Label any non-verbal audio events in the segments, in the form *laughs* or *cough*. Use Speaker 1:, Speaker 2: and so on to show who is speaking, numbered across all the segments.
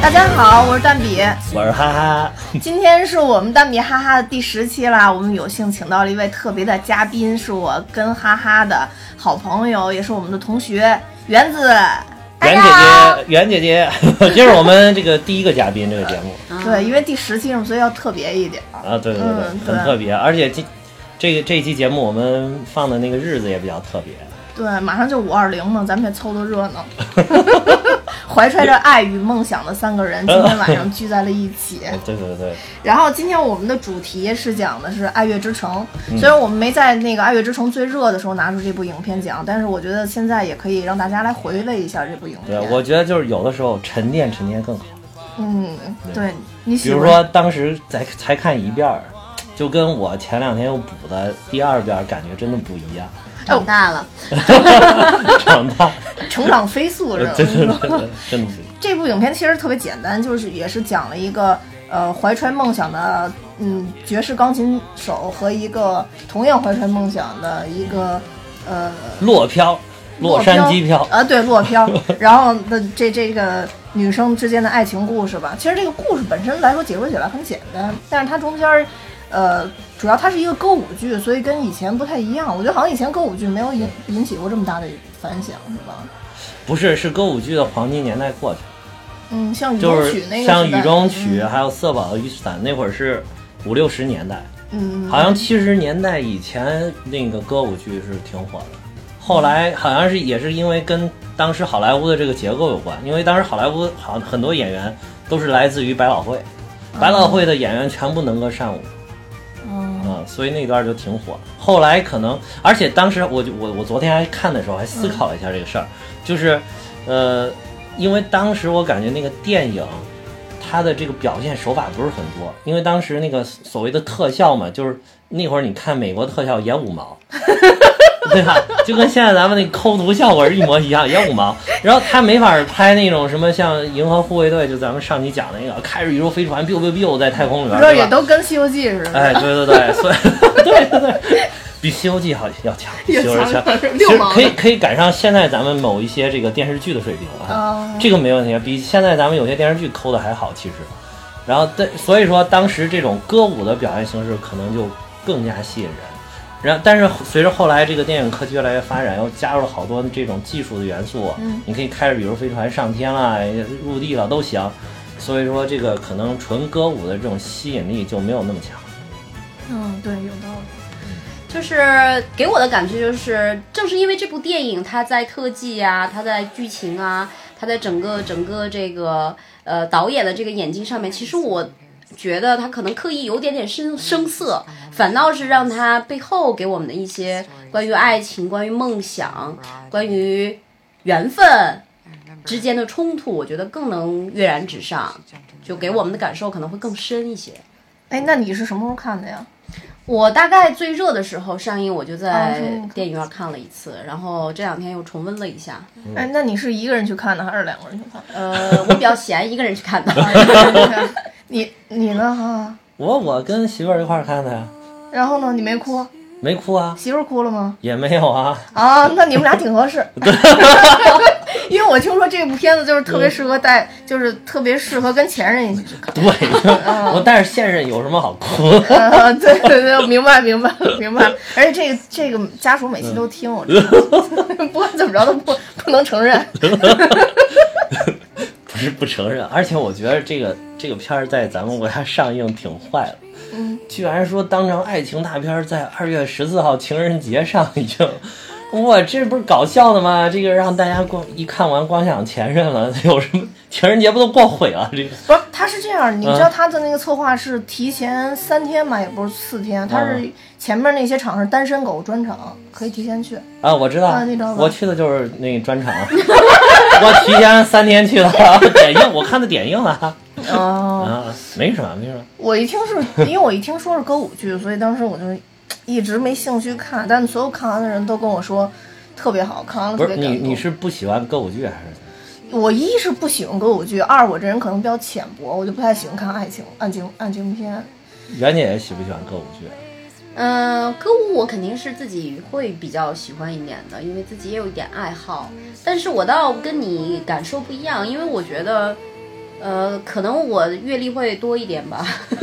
Speaker 1: 大家好，我是蛋比，
Speaker 2: 我是哈哈。
Speaker 1: 今天是我们蛋比哈哈的第十期啦，我们有幸请到了一位特别的嘉宾，是我跟哈哈的好朋友，也是我们的同学原子。哎
Speaker 2: 袁姐姐，袁姐姐， *laughs* 这是我们这个第一个嘉宾，这个节目。
Speaker 1: 对，因为第十期嘛，所以要特别一点
Speaker 2: 啊。对对对，嗯、很特别，而且这这个这一期节目我们放的那个日子也比较特别。
Speaker 1: 对，马上就五二零嘛，咱们也凑凑热闹。怀揣着爱与梦想的三个人，今天晚上聚在了一起。
Speaker 2: 对对对。
Speaker 1: 然后今天我们的主题是讲的是《爱乐之城》，
Speaker 2: 嗯
Speaker 1: 虽然我们没在那个《爱乐之城》最热的时候拿出这部影片讲，但是我觉得现在也可以让大家来回味一下这部影片。
Speaker 2: 对，我觉得就是有的时候沉淀沉淀更好。
Speaker 1: 嗯，对你
Speaker 2: 比如说当时才才看一遍，就跟我前两天又补的第二遍，感觉真的不一样。
Speaker 3: 长大了，
Speaker 2: 长大，
Speaker 1: 哎成长飞速
Speaker 2: *laughs*
Speaker 1: 是吧？
Speaker 2: 真的，真的。
Speaker 1: *laughs* 这部影片其实特别简单，就是也是讲了一个呃怀揣梦想的嗯爵士钢琴手和一个同样怀揣梦想的一个呃
Speaker 2: 落飘，
Speaker 1: 洛
Speaker 2: 杉矶
Speaker 1: 飘啊，对落飘。 *laughs* 然后的这这个女生之间的爱情故事吧，其实这个故事本身来说解说起来很简单，但是它中间。呃，主要它是一个歌舞剧，所以跟以前不太一样。我觉得好像以前歌舞剧没有引
Speaker 2: 嗯
Speaker 1: 引起过这么大的反响，是吧？
Speaker 2: 不是，是歌舞剧的黄金年代过去。
Speaker 1: 嗯，像雨
Speaker 2: 中
Speaker 1: 曲那个，嗯
Speaker 2: 像雨中曲，还有色宝的雨伞，那会儿是五六十年代。
Speaker 1: 嗯，
Speaker 2: 好像七十年代以前那个歌舞剧是挺火的，后
Speaker 1: 嗯
Speaker 2: 来好像是也是因为跟当时好莱坞的这个结构有关，因为当时好莱坞好很多演员都是来自于百老汇，
Speaker 1: 嗯
Speaker 2: 百老汇的演员全部能歌善舞。嗯，所以那段就挺火。后来可能，而且当时我我我昨天还看的时候，还思考了一下这个事儿，嗯、就是，呃，因为当时我感觉那个电影，它的这个表现手法不是很多，因为当时那个所谓的特效嘛，就是那会儿你看美国特效也五毛， *laughs* 对吧？就跟现在咱们那抠图效果是一模一样，也五毛。然后他没法拍那种什么像《银河护卫队》，就咱们上期讲那个开着宇宙飞船 biu biu biu 在太空里边，
Speaker 1: 这也都跟《西游记》似的。
Speaker 2: 哎，对对对， *laughs* 所以对对对，比《西游记》好要强，比《西游记》强，
Speaker 1: 六毛
Speaker 2: 可以可以赶上现在咱们某一些这个电视剧的水平
Speaker 1: 哦
Speaker 2: 啊，这个没问题，比现在咱们有些电视剧抠的还好其实。然后对，所以说当时这种歌舞的表现形式可能就更加吸引人。然后，但是随着后来这个电影科技越来越发展，又加入了好多这种技术的元素，
Speaker 1: 嗯、
Speaker 2: 你可以开着比如飞船上天啦、入地了都行。所以说，这个可能纯歌舞的这种吸引力就没有那么强。
Speaker 1: 嗯，对，有道理。
Speaker 3: 就是给我的感觉就是，正是因为这部电影，它在特技啊，它在剧情啊，它在整个整个这个呃导演的这个演技上面，其实我。觉得他可能刻意有点点生生涩，反倒是让他背后给我们的一些关于爱情、关于梦想、关于缘分之间的冲突，我觉得更能跃然纸上，就给我们的感受可能会更深一些。
Speaker 1: 哎，那你是什么时候看的呀？
Speaker 3: 我大概最热的时候上映，我就在电影院看了一次，然后这两天又重温了一下。
Speaker 2: 嗯
Speaker 1: 哎，那你是一个人去看的还是两个人去
Speaker 2: *laughs*
Speaker 1: 看？ *laughs*
Speaker 3: 呃，我比较闲，一个人去看的。 *laughs*
Speaker 1: 你你呢？哈，
Speaker 2: 我我跟媳妇儿一块儿看的呀。
Speaker 1: 然后呢？你没哭？
Speaker 2: 没哭啊。
Speaker 1: 媳妇儿哭了吗？
Speaker 2: 也没有啊。
Speaker 1: 啊，那你们俩挺合 *laughs* 适。因为我听说这部片子就是特别适合带，嗯、就是特别适合跟前任一起去 *laughs* 看。
Speaker 2: 对， *laughs* 我但是现任有什么好哭？ *laughs*
Speaker 1: 啊，对对对，明白明白明白。而且这个这个家属每期都听，我知道，嗯、 *laughs* 不管怎么着都不不能承 *laughs* 认。
Speaker 2: 不是不承认，而且我觉得这个这个片儿在咱们国家上映挺坏了。
Speaker 1: 嗯，
Speaker 2: 居然说当成爱情大片在二月十四号情人节上映。哇，这不是搞笑的吗？这个让大家光一看完光想前任了，有什么 *laughs* 情人节不都过毁了？这
Speaker 1: 不是，他是这样，你知道他的那个策划是提前三天嘛，也不是四天，他是前面那些场是单身狗专场，可以提前去。
Speaker 2: 啊，我知道，
Speaker 1: 啊那招吧
Speaker 2: 我去的就是那专场， *laughs* 我提前三天去了， *laughs* 点映，我看的点映啊，
Speaker 1: 哦、
Speaker 2: 啊，没什么，没什么，
Speaker 1: 我一听是 *laughs* 因为我一听说是歌舞剧，所以当时我就一直没兴趣看，但所有看完的人都跟我说特别好，看完了
Speaker 2: 不
Speaker 1: 特
Speaker 2: 是
Speaker 1: 别
Speaker 2: 你
Speaker 1: 感动。
Speaker 2: 你是不喜欢歌舞剧还是？
Speaker 1: 我一是不喜欢歌舞剧，二我这人可能比较浅薄，我就不太喜欢看爱 *laughs* 情、爱情、爱情片。
Speaker 2: 袁姐也喜不喜欢歌舞剧？
Speaker 3: 嗯，歌舞我肯定是自己会比较喜欢一点的，因为自己也有一点爱好。但是我倒跟你感受不一样，因为我觉得，呃，可能我阅历会多一点吧。 *laughs*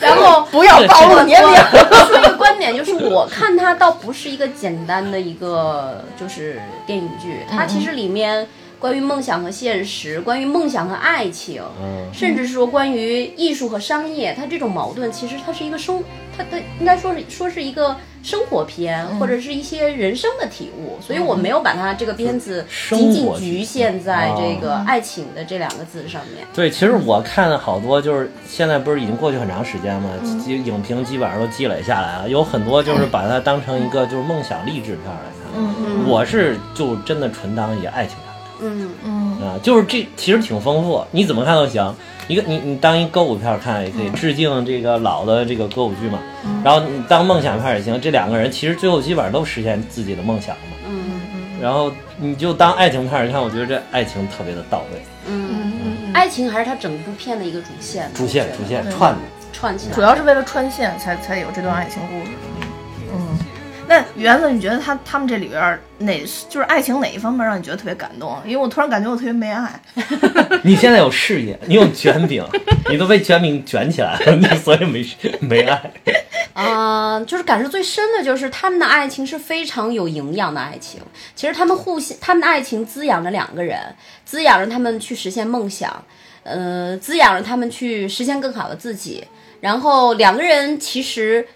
Speaker 3: 然后
Speaker 1: 不要暴
Speaker 2: *laughs*
Speaker 1: 露年龄。
Speaker 3: 我说一个观点，就是我看它倒不是一个简单的一个就是电影剧，它其实
Speaker 2: 嗯
Speaker 3: 里面关于梦想和现实，关于梦想和爱情，
Speaker 2: 嗯，
Speaker 3: 甚至是说关于艺术和商业，它这种矛盾其实它是一个生，它它应该说是说是一个生活片，
Speaker 2: 嗯
Speaker 3: 或者是一些人生的体悟，所以我没有把它这个片子
Speaker 2: 生
Speaker 3: 仅仅
Speaker 2: 活剧啊
Speaker 3: 局限在这个
Speaker 1: 哦
Speaker 3: 爱情的这两个字上面。
Speaker 2: 对，其实我看了好多，就是现在不是已经过去很长时间嘛，
Speaker 1: 嗯
Speaker 2: 基影评基本上都积累下来了，有很多就是把它当成一个就是梦想励志片儿来看。
Speaker 1: 嗯嗯
Speaker 2: 我是就真的纯当一个爱情片儿
Speaker 3: 嗯，
Speaker 1: 嗯，
Speaker 2: 啊，就是这其实挺丰富，你怎么看都行。一个你你当一歌舞片儿看也可以，致敬这个老的这个歌舞剧嘛。然后你当梦想片儿也行，这两个人其实最后基本上都实现自己的梦想了嘛。
Speaker 3: 嗯
Speaker 2: 然后你就当爱情片儿看，我觉得这爱情特别的到位，
Speaker 3: 嗯，
Speaker 1: 嗯
Speaker 3: 爱情还是它整部片的一个主线，
Speaker 2: 主线
Speaker 3: 我觉得
Speaker 2: 主线串的。
Speaker 3: 串起来。
Speaker 1: 主要是为了穿线才才有这段爱情故事。嗯，那园子，你觉得他他们这里边儿哪就是爱情哪一方面让你觉得特别感动？啊因为我突然感觉我特别没爱。
Speaker 2: 你现在有事业，你有卷饼，你都被卷饼卷起来了，你所以没没爱。
Speaker 3: 啊、就是感受最深的就是他们的爱情是非常有营养的爱情。其实他们互相，他们的爱情滋养着两个人，滋养着他们去实现梦想，呃，滋养着他们去实现更好的自己。然后两个人其实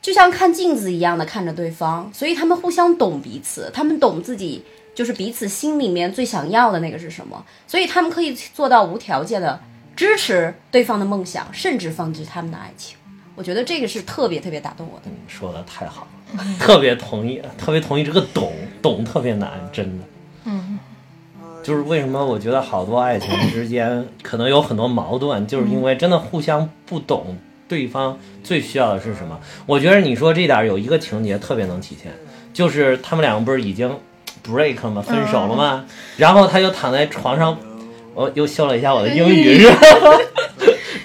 Speaker 3: 就像看镜子一样的看着对方，所以他们互相懂彼此，他们懂自己就是彼此心里面最想要的那个是什么，所以他们可以做到无条件的支持对方的梦想，甚至放弃他们的爱情。我觉得这个是特别特别打动我的。
Speaker 2: 你说的太好了，特别同意，特别同意这个懂懂特别难，真的。嗯，就是为什么我觉得好多爱情之间可能有很多矛盾，就是因为真的互相不懂对方最需要的是什么。我觉得你说这点儿有一个情节特别能体现，就是他们两个不是已经 break 了吗？分手了吗？然后他就躺在床上，我又秀了一下我的英语， *laughs* 是吧？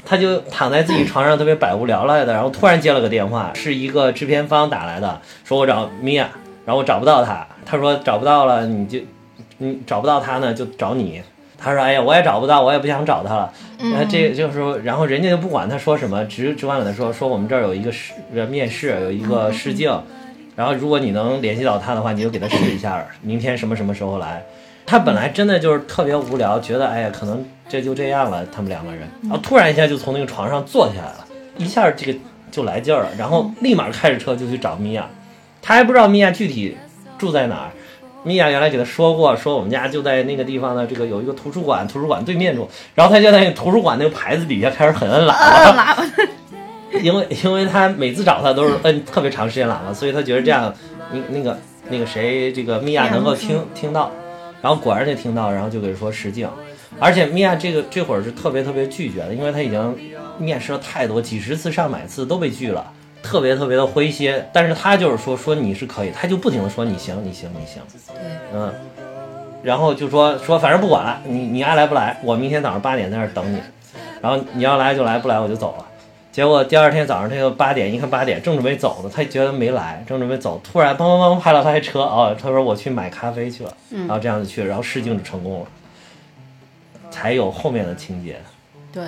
Speaker 2: 他就躺在自己床上特别百无聊赖的，然后突然接了个电话，是一个制片方打来的，说我找米娅，然后我找不到她，他说找不到了你就你找不到她呢就找你，他说哎呀我也找不到，我也不想找她了，然后这这个时候，然后人家就不管他说什么，只只管跟他说说我们这儿有一个试呃面试有一个试镜，然后如果你能联系到他的话，你就给他试一下，明天什么什么时候来。他本来真的就是特别无聊，觉得哎呀，可能这就这样了，他们两个人，然后突然一下就从那个床上坐起来了，一下这个就来劲儿了，然后立马开着车就去找米娅，他还不知道米娅具体住在哪儿。米娅原来给他说过，说我们家就在那个地方的这个有一个图书馆，图书馆对面住，然后他就在那个图书馆那个牌子底下开始狠摁喇叭，
Speaker 1: 拉吧，
Speaker 2: 因为因为他每次找他都是摁特别长时间喇叭，所以他觉得这样，那那个那个谁，这个米娅能够听听到，然后果然就听到，然后就给说试镜，而且米娅这个这会儿是特别特别拒绝的，因为她已经面试了太多，几十次上百次都被拒了，特别特别的灰心，但是她就是说说你是可以，她就不停的说你行你行你行，嗯。然后就说说，反正不管了，你你爱来不来，我明天早上八点在那儿等你，然后你要来就来，不来我就走了。结果第二天早上，这个八点一看八点，正准备走呢，他觉得没来，正准备走，突然梆梆梆拍了拍车啊、他说我去买咖啡去了，然后这样就去了，然后试镜就成功了，才有后面的情节。
Speaker 3: 对，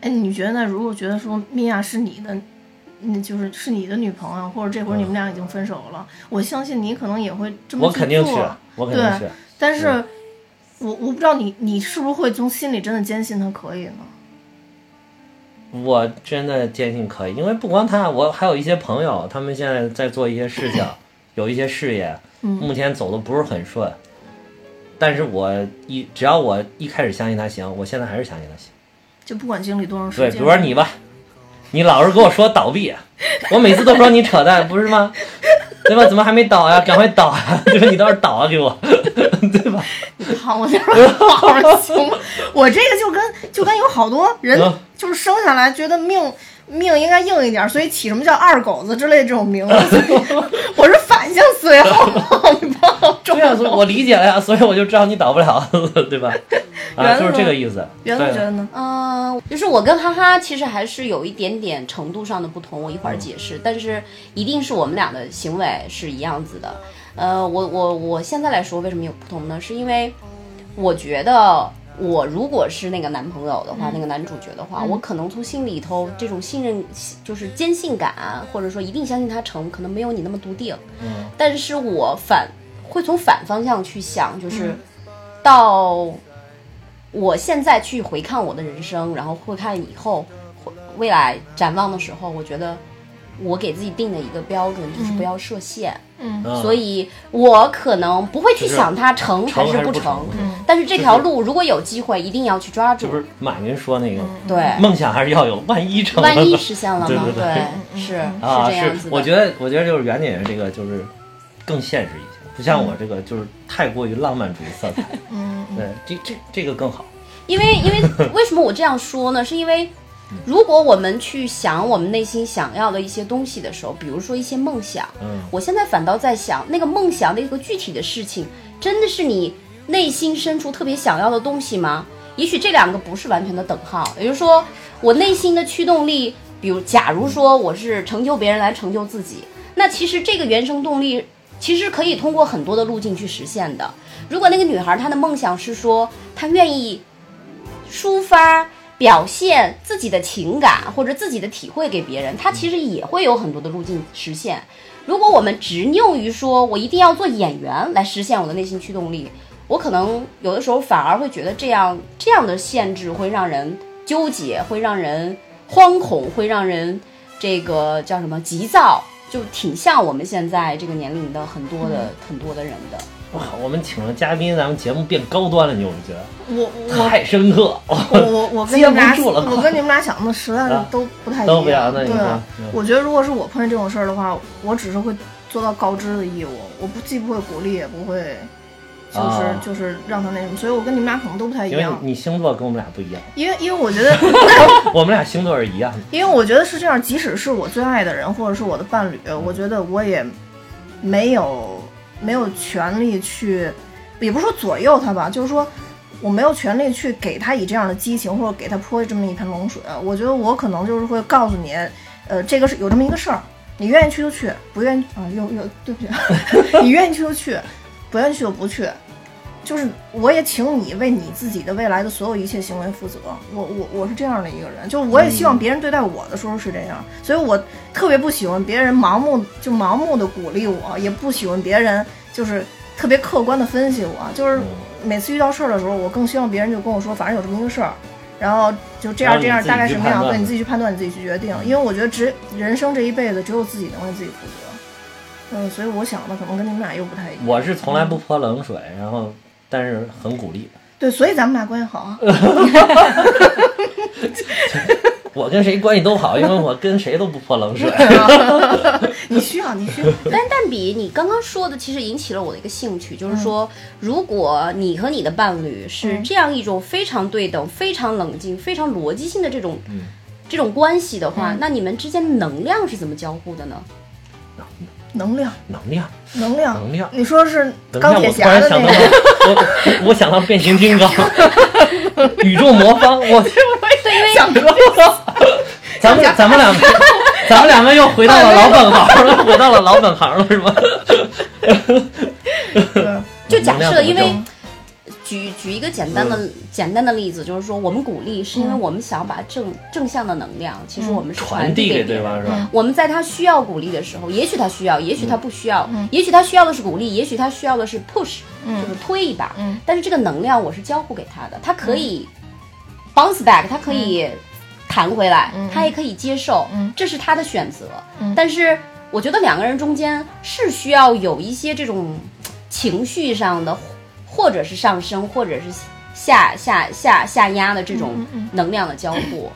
Speaker 1: 哎，你觉得呢如果觉得说米娅是你的，那就是是你的女朋友，或者这会儿你们俩已经分手了，我相信你可能也会这么
Speaker 2: 嗯我肯定去
Speaker 1: 嗯做，
Speaker 2: 我肯定去
Speaker 1: 对。但是
Speaker 2: 嗯
Speaker 1: 我我不知道你你是不是会从心里真的坚信他可以呢？
Speaker 2: 我真的坚信可以，因为不光他，我还有一些朋友，他们现在
Speaker 1: 嗯
Speaker 2: 在做一些事情，有一些事业，目前走的不是很顺，但是我一只要我一开始相信他行，我现在还是相信他行。
Speaker 1: 就不管经历多长时
Speaker 2: 对，
Speaker 1: 间，嗯
Speaker 2: 比如说
Speaker 1: *laughs*
Speaker 2: 你吧， *laughs* 你老是跟我说倒闭，我每次都说你扯淡，不是吗？ *laughs* 对吧？怎么还没倒呀？赶快倒呀！就是你倒是倒啊，给 *laughs* 我，对吧？
Speaker 1: 好，我就是好着行
Speaker 2: *laughs*
Speaker 1: 吗？我这个就跟就跟有好多人
Speaker 2: 嗯
Speaker 1: 就是生下来觉得命命应该硬一点，所以起什么叫二狗子之类这种名字， *laughs* 所以我是反向思维，好不好？你不要 *laughs*
Speaker 2: 这
Speaker 1: 中
Speaker 2: 样子我理解了呀，啊 *laughs* 所以我就知道你倒不了， *laughs* 对吧？啊，
Speaker 1: 原
Speaker 2: 就是这
Speaker 1: 来
Speaker 2: 个意思。
Speaker 1: 原来
Speaker 2: 对
Speaker 1: 觉得呢？
Speaker 3: 嗯，就是我跟哈哈其实还是有一点点程度上的不同，我一会儿解释，但是一定是我们俩的行为是一样子的。呃，我我我现在来说为什么有不同呢？是因为我觉得我如果是那个男朋友的话，那个男主角的话，我可能从心里头这种信任，就是坚信感，或者说一定相信他成，可能没有你那么笃定。
Speaker 2: 嗯
Speaker 3: 但是我反会从反方向去想，就是到我现在去回看我的人生，然后会看以后会未来展望的时候，我觉得我给自己定的一个标准就是不要设限，
Speaker 1: 嗯
Speaker 2: 嗯，
Speaker 3: 所以我可能不会去想它成
Speaker 2: 成
Speaker 3: 是
Speaker 2: 还
Speaker 3: 不
Speaker 2: 不成？
Speaker 1: 嗯
Speaker 3: 但是这条路如果有机会，一定要去抓住
Speaker 2: 就。是马云说那个，嗯
Speaker 3: 对，
Speaker 2: 梦想还是要有，万一成了呢，
Speaker 3: 万一实现了
Speaker 2: 对
Speaker 3: 呢
Speaker 2: 对？对
Speaker 3: 是是
Speaker 2: 啊，
Speaker 3: 这样子的。
Speaker 2: 我觉得，我觉得就是袁姐姐这个就是更现实一些，不像我这个就是太过于浪漫主义色彩。
Speaker 1: 嗯，
Speaker 2: 对，这这这个更好。
Speaker 3: 因为因为为什么我这样说呢？是因为如果我们去想我们内心想要的一些东西的时候，比如说一些梦想，
Speaker 2: 嗯
Speaker 3: 我现在反倒在想那个梦想的一个具体的事情，真的是你内心深处特别想要的东西吗？也许这两个不是完全的等号，也就是说，我内心的驱动力，比如假如说我是成就别人来成就自己，那其实这个原生动力其实可以通过很多的路径去实现的。如果那个女孩她的梦想是说她愿意抒发、表现自己的情感或者自己的体会给别人，她其实也会有很多的路径实现。如果我们执拗于说我一定要做演员来实现我的内心驱动力，我可能有的时候反而会觉得这样这样的限制会让人纠结，会让人惶恐，会让人这个叫什么急躁，就挺像我们现在这个年龄的很多的、很多的人的。
Speaker 2: 哇，我们请了嘉宾，咱们节目变高端了，你有没有觉得？
Speaker 1: 我我
Speaker 2: 太深刻。
Speaker 1: 我我我跟你们俩，
Speaker 2: *laughs* 接不住了快
Speaker 1: 我跟你们俩想的实在是
Speaker 2: 啊
Speaker 1: 都不太
Speaker 2: 都
Speaker 1: 一
Speaker 2: 不一样那你
Speaker 1: 对啊
Speaker 2: 说嗯，
Speaker 1: 我觉得如果是我碰见这种事儿的话，我只是会做到告知的义务，我不既不会鼓励，也不会。就是、
Speaker 2: 啊
Speaker 1: 就是让他那什么，所以我跟你们俩可能都不太一
Speaker 2: 因为
Speaker 1: 样，
Speaker 2: 你星座跟我们俩不一样，
Speaker 1: 因为因为我觉得
Speaker 2: 我们俩星座是一样的。
Speaker 1: 因为我觉得是这样，即使是我最爱的人或者是我的伴侣，我觉得我也没有没有权利去，也不是说左右他吧，就是说我没有权利去给他以这样的激情或者给他泼这么一盆冷水。啊我觉得我可能就是会告诉你，呃，这个是有这么一个事儿，你愿意去就去，不愿意啊、 *laughs* 又又对不起，你愿意去就去，不愿意去就不去。就是我也请你为你自己的未来的所有一切行为负责。我我我是这样的一个人，就是我也希望别人对待我的时候是这样，所以我特别不喜欢别人盲目就盲目的鼓励我，也不喜欢别人就是特别客观的分析我。
Speaker 2: 嗯
Speaker 1: 就是每次遇到事儿的时候，我更希望别人就跟我说，反正有这么一个事儿。然后就这
Speaker 2: 然
Speaker 1: 样
Speaker 2: 后
Speaker 1: 这样
Speaker 2: 你自己
Speaker 1: 大概
Speaker 2: 去
Speaker 1: 什么样，
Speaker 2: 判断
Speaker 1: 对你自己去判断，你自己去决定。因为我觉得只人生这一辈子只有自己能为自己负责。嗯，所以我想的可能跟你们俩又不太一样。
Speaker 2: 我是从来不泼冷水，然后但是很鼓励。
Speaker 1: 对，所以咱们俩关系
Speaker 2: *laughs*
Speaker 1: 好啊。 *laughs*
Speaker 2: 我跟谁关系都好，因为我跟谁都不泼冷
Speaker 1: *laughs*
Speaker 2: 水。
Speaker 1: 你需要，你需要。
Speaker 3: 但但比你刚刚说的，其实引起了我的一个兴趣，就是说，
Speaker 2: 嗯
Speaker 3: 如果你和你的伴侣是这样一种非常对等、非常冷静、非常逻辑性的这种、
Speaker 2: 嗯
Speaker 3: 这种关系的话，那你们之间能量是怎么交互的呢？
Speaker 2: 嗯
Speaker 1: 能量，
Speaker 2: 能量，
Speaker 1: 能量，
Speaker 2: 能量
Speaker 1: 你说是
Speaker 2: 能
Speaker 1: 钢铁
Speaker 2: 量！我突
Speaker 1: 侠
Speaker 2: 然
Speaker 1: 的
Speaker 2: 想
Speaker 1: 那
Speaker 2: 到
Speaker 1: 个？
Speaker 2: 了，我我我想到变形金刚， *laughs* 宇宙魔方，我
Speaker 1: *laughs* 想多了。
Speaker 2: 咱们咱们两个，咱们两个又回到了老本行了，回到了老本行了，是吗？
Speaker 1: *laughs* 对
Speaker 3: 就假设，因
Speaker 2: 能量怎么嗯
Speaker 3: 为
Speaker 2: 整
Speaker 3: 举举一个简单的、简单的例子，就是说，我们鼓励是因为我们想要把正正向的能量，其实我们是
Speaker 2: 嗯传
Speaker 3: 递
Speaker 2: 递给
Speaker 3: 别
Speaker 2: 对
Speaker 3: 人
Speaker 2: 方是吧？
Speaker 3: 我们在他需要鼓励的时候，也许他需要，
Speaker 1: 嗯
Speaker 3: 也许他不需要，也许他需要的是鼓励，也许他需要的是 push，、就是推一把。
Speaker 1: 嗯
Speaker 3: 但是这个能量我是交互给他的，他可以
Speaker 1: 嗯
Speaker 3: bounce back，他可以弹回来，他也可以接受，
Speaker 1: 嗯
Speaker 3: 这是他的选择。
Speaker 1: 嗯
Speaker 3: 但是我觉得两个人中间是需要有一些这种情绪上的。或者是上升，或者是下下下下压的这
Speaker 1: 嗯
Speaker 3: 种能量的交互。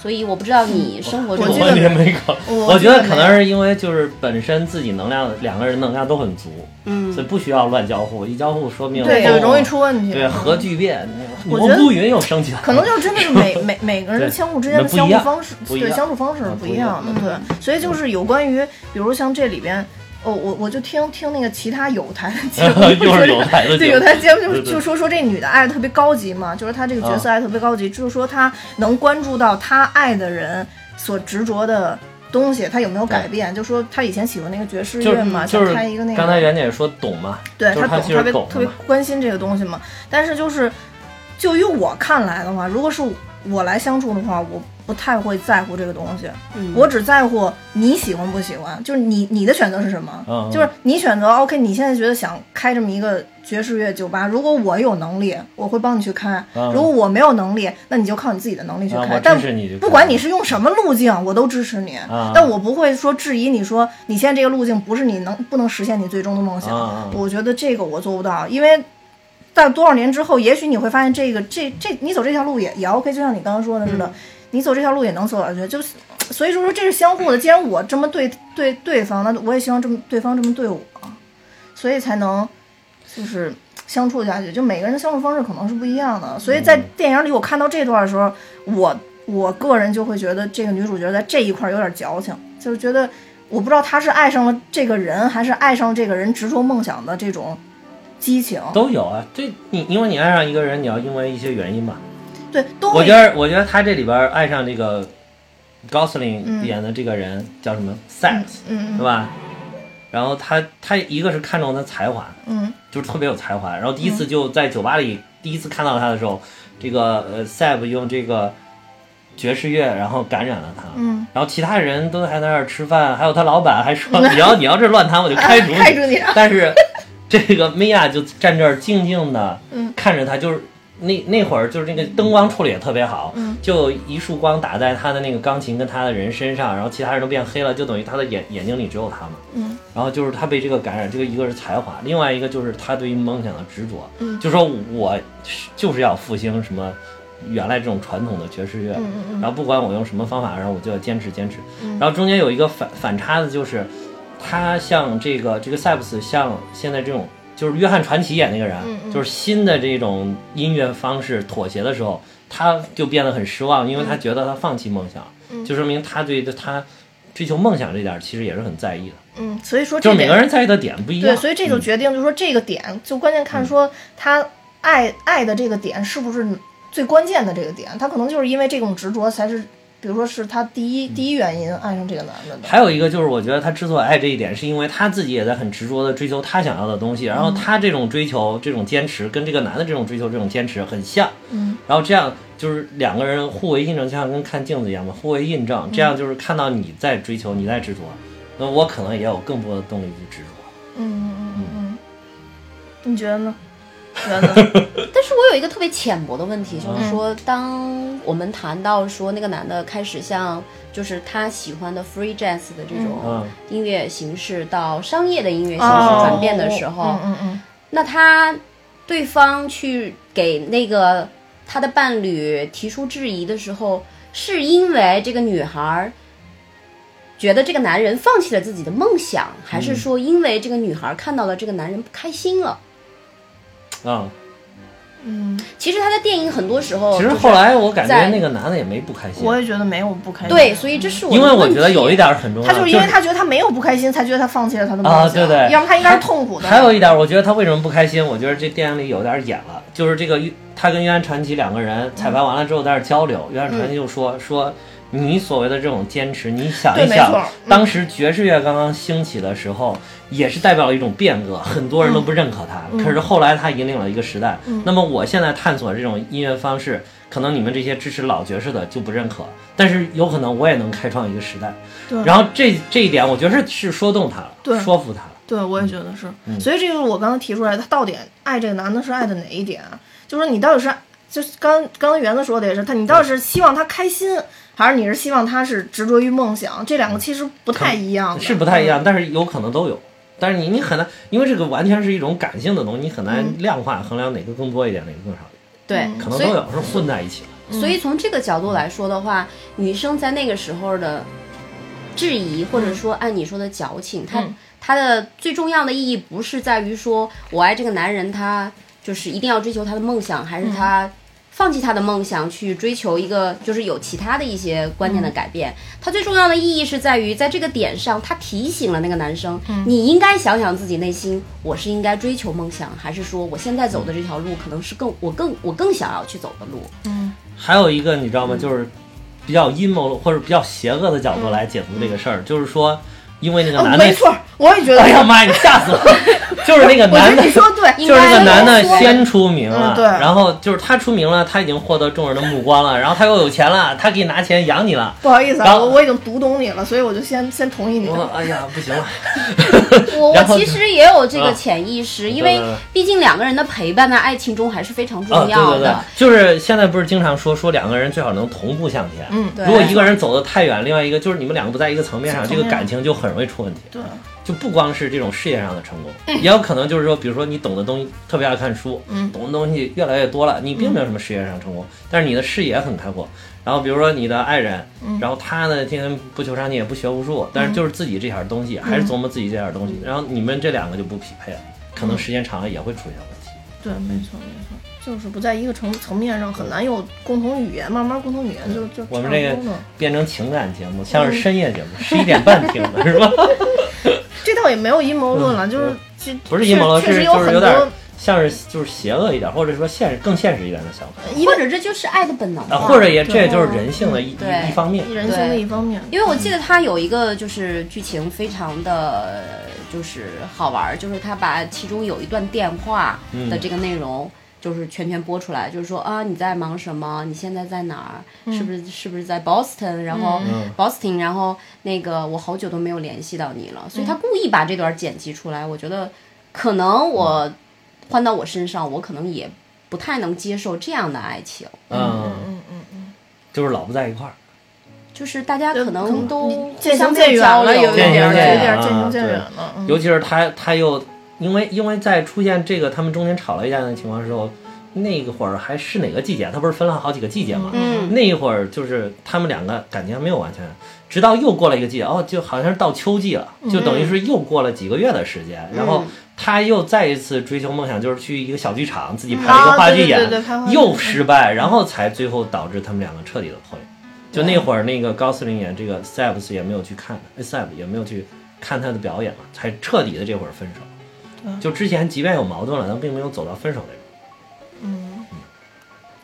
Speaker 3: 所以我不知道你生活中
Speaker 1: 我觉
Speaker 2: 我
Speaker 1: 得
Speaker 2: 完全没搞，
Speaker 1: 我
Speaker 2: 我觉
Speaker 1: 觉得
Speaker 2: 得
Speaker 1: 没
Speaker 2: 可能是因为就是本身自己能量，两个人能量都很足，
Speaker 3: 嗯
Speaker 2: 所以不需要乱交互，一交互说明
Speaker 1: 对，
Speaker 2: 哦
Speaker 1: 就容易出问题。
Speaker 2: 对核聚变，
Speaker 1: 我
Speaker 2: 蘑
Speaker 1: 觉得
Speaker 2: 菇云又升起来了，
Speaker 1: 可能就是真的是
Speaker 2: *laughs*
Speaker 1: 每每每个人
Speaker 2: 对
Speaker 1: 相互之间的
Speaker 2: 不一
Speaker 1: 相互
Speaker 2: 样
Speaker 1: 方式，
Speaker 2: 不一
Speaker 1: 对
Speaker 2: 样
Speaker 1: 相处方式是
Speaker 2: 嗯
Speaker 1: 不
Speaker 2: 不
Speaker 1: 一
Speaker 2: 一
Speaker 1: 样
Speaker 2: 样
Speaker 1: 的，对，所以就是有关于，比如像这里边。哦，我我就听听那个其他有台的节
Speaker 2: *laughs*
Speaker 1: 目，
Speaker 2: 又是有台的节目
Speaker 1: 对有台节目就
Speaker 2: 对对
Speaker 1: 就说说这女的爱得特别高级嘛，就是她这个角色
Speaker 2: 啊
Speaker 1: 爱得特别高级，就是说她能关注到她爱的人所执着的东西，她有没有改变？就说她以前喜欢那个爵士
Speaker 2: 就
Speaker 1: 乐
Speaker 2: 是
Speaker 1: 嘛，
Speaker 2: 就
Speaker 1: 想
Speaker 2: 是
Speaker 1: 开一个那个
Speaker 2: 刚才袁姐说懂嘛，
Speaker 1: 对
Speaker 2: 就是
Speaker 1: 懂，
Speaker 2: 他
Speaker 1: 特
Speaker 2: 其实
Speaker 1: 别
Speaker 2: 懂
Speaker 1: 特别
Speaker 2: 的嘛，
Speaker 1: 关心这个东西嘛。但是就是，就于我看来的话，如果是我来相处的话，我不太会在乎这个东西，
Speaker 3: 嗯
Speaker 1: 我只在乎你喜欢不喜欢，就是你你的选择是什么，
Speaker 2: 嗯嗯
Speaker 1: 就是你选择 OK，你现在觉得想开这么一个爵士乐酒吧，如果我有能力，我会帮你去开；
Speaker 2: 嗯
Speaker 1: 如果我没有能力，那你就靠你自己的能力去
Speaker 2: 啊
Speaker 1: 开。
Speaker 2: 我
Speaker 1: 但
Speaker 2: 支持你去开
Speaker 1: 不管你是用什么路径，我都支持你，
Speaker 2: 啊
Speaker 1: 但我不会说质疑你说你现在这个路径不是你能不能实现你最终的梦想。
Speaker 2: 啊啊
Speaker 1: 我觉得这个我做不到，因为到多少年之后，也许你会发现这个这这你走这条路也也 OK，就像你刚刚说的似
Speaker 2: 嗯
Speaker 1: 的，你走这条路也能走下去，就是。所以说说这是相互的，既然我这么对对对方，那我也希望这么对方这么对我，所以才能就是相处下去。就每个人的相处方式可能是不一样的，所以
Speaker 2: 嗯
Speaker 1: 在电影里我看到这段的时候，我我个人就会觉得这个女主角在这一块儿有点矫情，就是觉得我不知道她是爱上了这个人，还是爱上这个人执着梦想的这种激情，
Speaker 2: 都有啊。这你因为你爱上一个人，你要因为一些原因吧。
Speaker 1: 对，都
Speaker 2: 我
Speaker 1: 会
Speaker 2: 觉得我觉得他这里边儿爱上这个 Gosling
Speaker 1: 嗯
Speaker 2: 演的这个人叫什么 Sex，
Speaker 1: 嗯
Speaker 2: 对吧？然后他他一个是看中他才华，
Speaker 1: 嗯
Speaker 2: 就是特别有才华。然后第一次就在酒吧里第一次看到他的时候，这个呃 Seb 用这个爵士乐，然后感染了他。
Speaker 1: 嗯，
Speaker 2: 然后其他人都还在那儿吃饭，还有他老板还说：“你要你 *laughs* 要这乱弹，我就开除你。
Speaker 1: *laughs* 开除你啊
Speaker 2: 但是这个米娅就站这儿静静的
Speaker 1: 嗯
Speaker 2: 看着他，就是那那会儿就是那个灯光处理也特别好，
Speaker 1: 嗯
Speaker 2: 就一束光打在他的那个钢琴跟他的人身上，然后其他人都变黑了，就等于他的眼眼睛里只有他嘛。
Speaker 1: 嗯
Speaker 2: 然后就是他被这个感染，这个一个是才华，另外一个就是他对于梦想的执着，
Speaker 1: 嗯
Speaker 2: 就说我是就是要复兴什么原来这种传统的爵士乐，
Speaker 1: 嗯嗯
Speaker 2: 然后不管我用什么方法，然后我就要坚持坚持。
Speaker 1: 嗯
Speaker 2: 然后中间有一个反反差的就是，他像这个这个塞普斯像现在这种。就是约翰传奇演那个人，啊
Speaker 1: 嗯
Speaker 2: 就是新的这种音乐方式妥协的时候，他就变得很失望，因为
Speaker 1: 嗯
Speaker 2: 他觉得他放弃梦想，就说明他对他追求梦想这点儿其实也是很在意的。
Speaker 1: 嗯，所以说
Speaker 2: *laughs* 就
Speaker 1: 这
Speaker 2: 是每
Speaker 1: 点
Speaker 2: 个人在意的点不一样。嗯
Speaker 1: 对，所以这就决定，就是说这个点，就关键看说他爱爱的这个点是不是最关键的这个点，他可能就是因为这种执着才是，比如说是他第一第一原因爱上这个男的的。
Speaker 2: 嗯还有一个就是，我觉得他之所以爱这一点，是因为他自己也在很执着的追求他想要的东西，
Speaker 1: 嗯
Speaker 2: 然后他这种追求、这种坚持，跟这个男的这种追求、这种坚持很像。
Speaker 1: 嗯，
Speaker 2: 然后这样就是两个人互为印证，就像跟看镜子一样嘛，互为印
Speaker 1: 嗯
Speaker 2: 证。这样就是看到你在追求，你在执着，那我可能也有更多的动力去执着。
Speaker 1: 嗯嗯嗯嗯，你觉得
Speaker 2: *laughs*
Speaker 1: 呢？觉得呢？
Speaker 3: 但是我有一个特别浅薄的问题，
Speaker 2: 嗯
Speaker 3: 就是说，当我们谈到说那个男的开始向就是他喜欢的 free jazz 的这种
Speaker 2: 嗯
Speaker 3: 音乐形式到商业的音乐形
Speaker 1: 哦
Speaker 3: 式转变的时候，
Speaker 1: 嗯嗯
Speaker 3: 那他对方去给那个他的伴侣提出质疑的时候，是因为这个女孩儿觉得这个男人放弃了自己的梦想，还
Speaker 2: 嗯
Speaker 3: 是说因为这个女孩儿看到了这个男人不开心了？
Speaker 2: 啊、
Speaker 1: 嗯
Speaker 3: 其实他在电影很多时
Speaker 1: 哦
Speaker 3: 候，
Speaker 2: 其实
Speaker 3: 就是
Speaker 2: 后来我感觉
Speaker 3: 在
Speaker 2: 那个男的也没不开
Speaker 1: 嗯，
Speaker 2: 心，
Speaker 1: 我也觉得没有不开心。
Speaker 3: 对，所以这是我
Speaker 2: 因为
Speaker 3: 的
Speaker 2: 我
Speaker 3: 问
Speaker 2: 觉得
Speaker 3: 题
Speaker 2: 有一点很重要，
Speaker 1: 他就是因为
Speaker 2: 啊是
Speaker 1: 他觉得他没有不开心，才觉得他放弃了他的梦想。
Speaker 2: 啊对对
Speaker 1: 要不他应该是痛苦的。
Speaker 2: 还有一点，我觉得他为什么不开心？我觉得这电影里有点演了，就是这个他跟约翰传奇两个
Speaker 1: 嗯
Speaker 2: 人彩排完了之后在那儿交流，约翰传奇就说、说你所谓的这种坚持，你想一
Speaker 1: 对没
Speaker 2: 想
Speaker 1: 错，嗯
Speaker 2: 当时爵士乐刚刚兴起的时候，也是代表了一种变革，很多
Speaker 1: 嗯
Speaker 2: 人都不认可他，可是后来他引领了一个时代。那么我现在探索这种音乐方式，可能你们这些支持老爵士的就不认可，但是有可能我也能开创一个时代。
Speaker 1: 对
Speaker 2: 然后这这一点，我觉得是是说动他
Speaker 1: 对
Speaker 2: 了，说服他了。
Speaker 1: 对，我也觉得是。
Speaker 2: 嗯
Speaker 1: 所以这就是我刚才提出来，他到底爱这个男的是爱的哪一点啊？就是说你到底是就是刚刚才园子说的也是，他你到底是希望他开心，还是你是希望他是执着于梦想？这两个其实不太一样的，嗯
Speaker 2: 是不太一样，但是有可能都有。但是你你很难，因为这个完全是一种感性的东西，你很难
Speaker 1: 嗯
Speaker 2: 量化衡量哪个更多一点，哪个更少一点，
Speaker 3: 对，
Speaker 2: 可能
Speaker 3: 所
Speaker 2: 都
Speaker 3: 以
Speaker 2: 有是混在一起了。
Speaker 3: 所以从这个角度来说的话，女生在那个时候的质疑，或者说按你说的矫情，她
Speaker 1: 嗯
Speaker 3: 她的最重要的意义不是在于说我爱这个男人，他就是一定要追求他的梦想，还是他放弃他的梦想去追求一个就是有其他的一些观念的改变。它最重要的意义是在于在这个点上，他提醒了那个男生，你应该想想自己内心，我是应该追求梦想，还是说我现在走的这条路可能是更我更我更想要去走的路。
Speaker 2: 还有一个你知道吗？就是比较阴谋论或者比较邪恶的角度来解读这个事儿，就是说，因为那个
Speaker 1: 嗯哦
Speaker 2: 男的，
Speaker 1: 没错，我也觉得
Speaker 2: 哎。呀妈呀，你吓
Speaker 1: *laughs*
Speaker 2: 死我！就是那个
Speaker 1: 我觉
Speaker 2: 男
Speaker 1: 得
Speaker 2: 的
Speaker 1: 你，说得对，
Speaker 2: 就是那个男的
Speaker 1: 应该
Speaker 2: 先出名了
Speaker 1: 嗯，对
Speaker 2: 然后就是他出名了，他已经获得众人的目光了，然后他又有钱了，他可以拿钱养你了。
Speaker 1: 不好意思
Speaker 2: 然
Speaker 1: 啊，
Speaker 2: 后
Speaker 1: 我我已经读懂你了，所以我就先先同意你。
Speaker 2: 我哎呀，不行
Speaker 3: *laughs*
Speaker 2: 了，
Speaker 3: 我
Speaker 2: 然
Speaker 3: 我
Speaker 2: 后
Speaker 3: 其实也有这
Speaker 2: 啊
Speaker 3: 个潜意识，因
Speaker 2: 对
Speaker 3: 为
Speaker 2: 对对
Speaker 3: 毕竟两个人的陪伴在爱情中还是非常
Speaker 2: 啊，
Speaker 3: 重
Speaker 2: 对
Speaker 3: 要
Speaker 2: 对对
Speaker 3: 的。，
Speaker 2: 就是现在不是经常说说两个人最好能同步向前，
Speaker 1: 嗯
Speaker 3: 对
Speaker 2: 如果一个人走得太远，另外一个就是你们两个不在一个层面上，这个感情就很容易出问题。
Speaker 1: 对，
Speaker 2: 就不光是这种事业上的成功，
Speaker 3: 嗯
Speaker 2: 也有可能就是说，比如说你懂的东西特别爱看书，
Speaker 1: 嗯
Speaker 2: 懂的东西越来越多了，你并没有什么事业上成功，
Speaker 3: 嗯
Speaker 2: 但是你的视野很开阔。然后比如说你的爱人，
Speaker 3: 嗯
Speaker 2: 然后他呢天天不求上进也不学无术，但是就是自己这点儿东
Speaker 3: 嗯
Speaker 2: 西，还是琢磨自己这点儿东西，然后你们这两个就不匹配了，可
Speaker 3: 嗯
Speaker 2: 能时间长了也会出现问题。
Speaker 1: 对，没错没错，就是不在一个层层面上，很难有共同语言，慢慢共同语言就就
Speaker 2: 我们
Speaker 1: 差
Speaker 2: 这个
Speaker 1: 不多了嗯
Speaker 2: 变成情感节目，像是深夜节目，十一点半听
Speaker 1: *laughs*
Speaker 2: 的是吧？
Speaker 1: 这倒也没有阴谋论了，就是其
Speaker 2: 嗯不是阴谋论，
Speaker 1: 确实
Speaker 2: 是
Speaker 1: 有
Speaker 2: 就是
Speaker 1: 很
Speaker 2: 有点
Speaker 1: 多，
Speaker 2: 像是就是邪恶一点，或者说现实更现实一点的想法
Speaker 1: 因
Speaker 3: 或
Speaker 1: 为
Speaker 3: 者这就是爱的本能吧
Speaker 2: 啊，或者也
Speaker 1: 对
Speaker 2: 这也就是人性的一
Speaker 3: 对
Speaker 2: 一一方面。
Speaker 1: 人性的一方面，
Speaker 3: 因为我记得他有一个就是剧情非常的就是好玩儿，就是他把其中有一段电话
Speaker 1: 嗯
Speaker 3: 的这个内容。就是全全播出来，就是说啊，你在忙什么？你现在在哪儿？是不
Speaker 1: 嗯
Speaker 3: 是是不是在 Boston？然后 Boston，然后那个我好久都没有联系到你了，所以他故意把这段剪辑出来。我觉得可能我换到我身上，我可能也不太能接受这样的爱情，
Speaker 2: 嗯，
Speaker 1: 嗯嗯嗯，
Speaker 2: 就是老不在一块儿。
Speaker 3: 就是大家可
Speaker 1: 可能
Speaker 3: 能都
Speaker 1: 渐
Speaker 3: 相
Speaker 1: 行
Speaker 3: 没
Speaker 1: 渐
Speaker 3: 有
Speaker 1: 远
Speaker 3: 交
Speaker 1: 了，
Speaker 3: 流，
Speaker 1: 有一点
Speaker 2: 渐
Speaker 1: 儿
Speaker 2: 行
Speaker 1: 有一
Speaker 2: 渐远
Speaker 1: 点儿
Speaker 2: 啊
Speaker 1: 渐行渐
Speaker 2: 对
Speaker 1: 远了，嗯
Speaker 2: 尤其是他他又因为因为在出现这个他们中间吵了一架的情况的时候，那个会儿还是哪个季节？他不是分了好几个季节吗？
Speaker 3: 嗯
Speaker 2: 那一会儿就是他们两个感情还没有完全，直到又过了一个季节，哦，就好像是到秋季了，就等于是又过了几个月的时间，然后他又再一次追求梦想，就是去一个小剧场自己拍了一个
Speaker 1: 啊
Speaker 2: 话
Speaker 1: 对
Speaker 2: 剧
Speaker 1: 对
Speaker 2: 演，
Speaker 1: 对对拍话剧
Speaker 2: 又失败，然后才最后导致他们两个彻底的破裂。就那会儿，那个高斯林演这个 s e p s 也没有去看 s e p 也没有去看他的表演嘛，才彻底的这会儿分手。就之前即便有矛盾了，但并没有走到分手那步。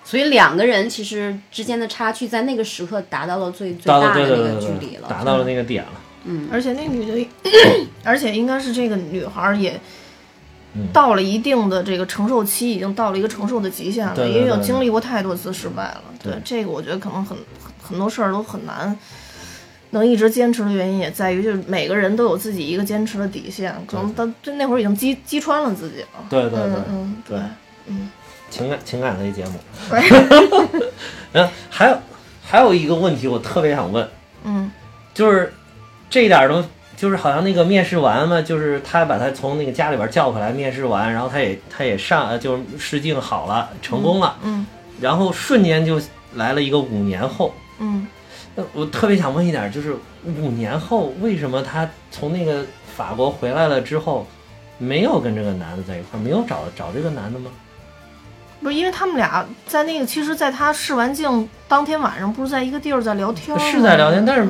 Speaker 3: 所以两个人其实之间的差距在那个时刻达到了最最
Speaker 2: 达
Speaker 3: 大
Speaker 2: 到对
Speaker 3: 的
Speaker 2: 对
Speaker 3: 那
Speaker 2: 对
Speaker 3: 个距
Speaker 2: 对
Speaker 3: 离
Speaker 2: 对，
Speaker 3: 了。
Speaker 2: 达到了那个点了。
Speaker 1: 而且那女的， *clears throat* 而且应该是这个女孩儿也
Speaker 2: 嗯
Speaker 1: 到了一定的这个承受期，已经到了一个承受的极限了，
Speaker 2: 对对对
Speaker 1: 因为有
Speaker 2: 对
Speaker 1: 经历过太多次失败了。对
Speaker 2: 对
Speaker 1: 这个，我觉得可能很很多事儿都很难。能一直坚持的原因也在于，就是每个人都有自己一个坚持的底线，可能到就那会儿已经击击穿了自己了。
Speaker 2: 对对对
Speaker 1: 嗯嗯
Speaker 2: 对
Speaker 1: 对，
Speaker 2: 情感情感类节目。 *laughs* 嗯，还有还有一个问题，我特别想问，
Speaker 1: 嗯
Speaker 2: 就是这一点儿都就是好像那个面试完嘛，就是他把他从那个家里边叫回来面试完，然后他也他也上呃就是试镜好了，成功了，
Speaker 1: 嗯
Speaker 2: 然后瞬间就来了一个五年后。
Speaker 1: 嗯，
Speaker 2: 那我特别想问一点，就是五年后为什么他从那个法国回来了之后，没有跟这个男的在一块儿，没有找找这个男的吗？
Speaker 1: 不是因为他们俩在那个，其实，在他试完镜当天晚上，不是在一个地儿在聊天吗，
Speaker 2: 是在聊天，但是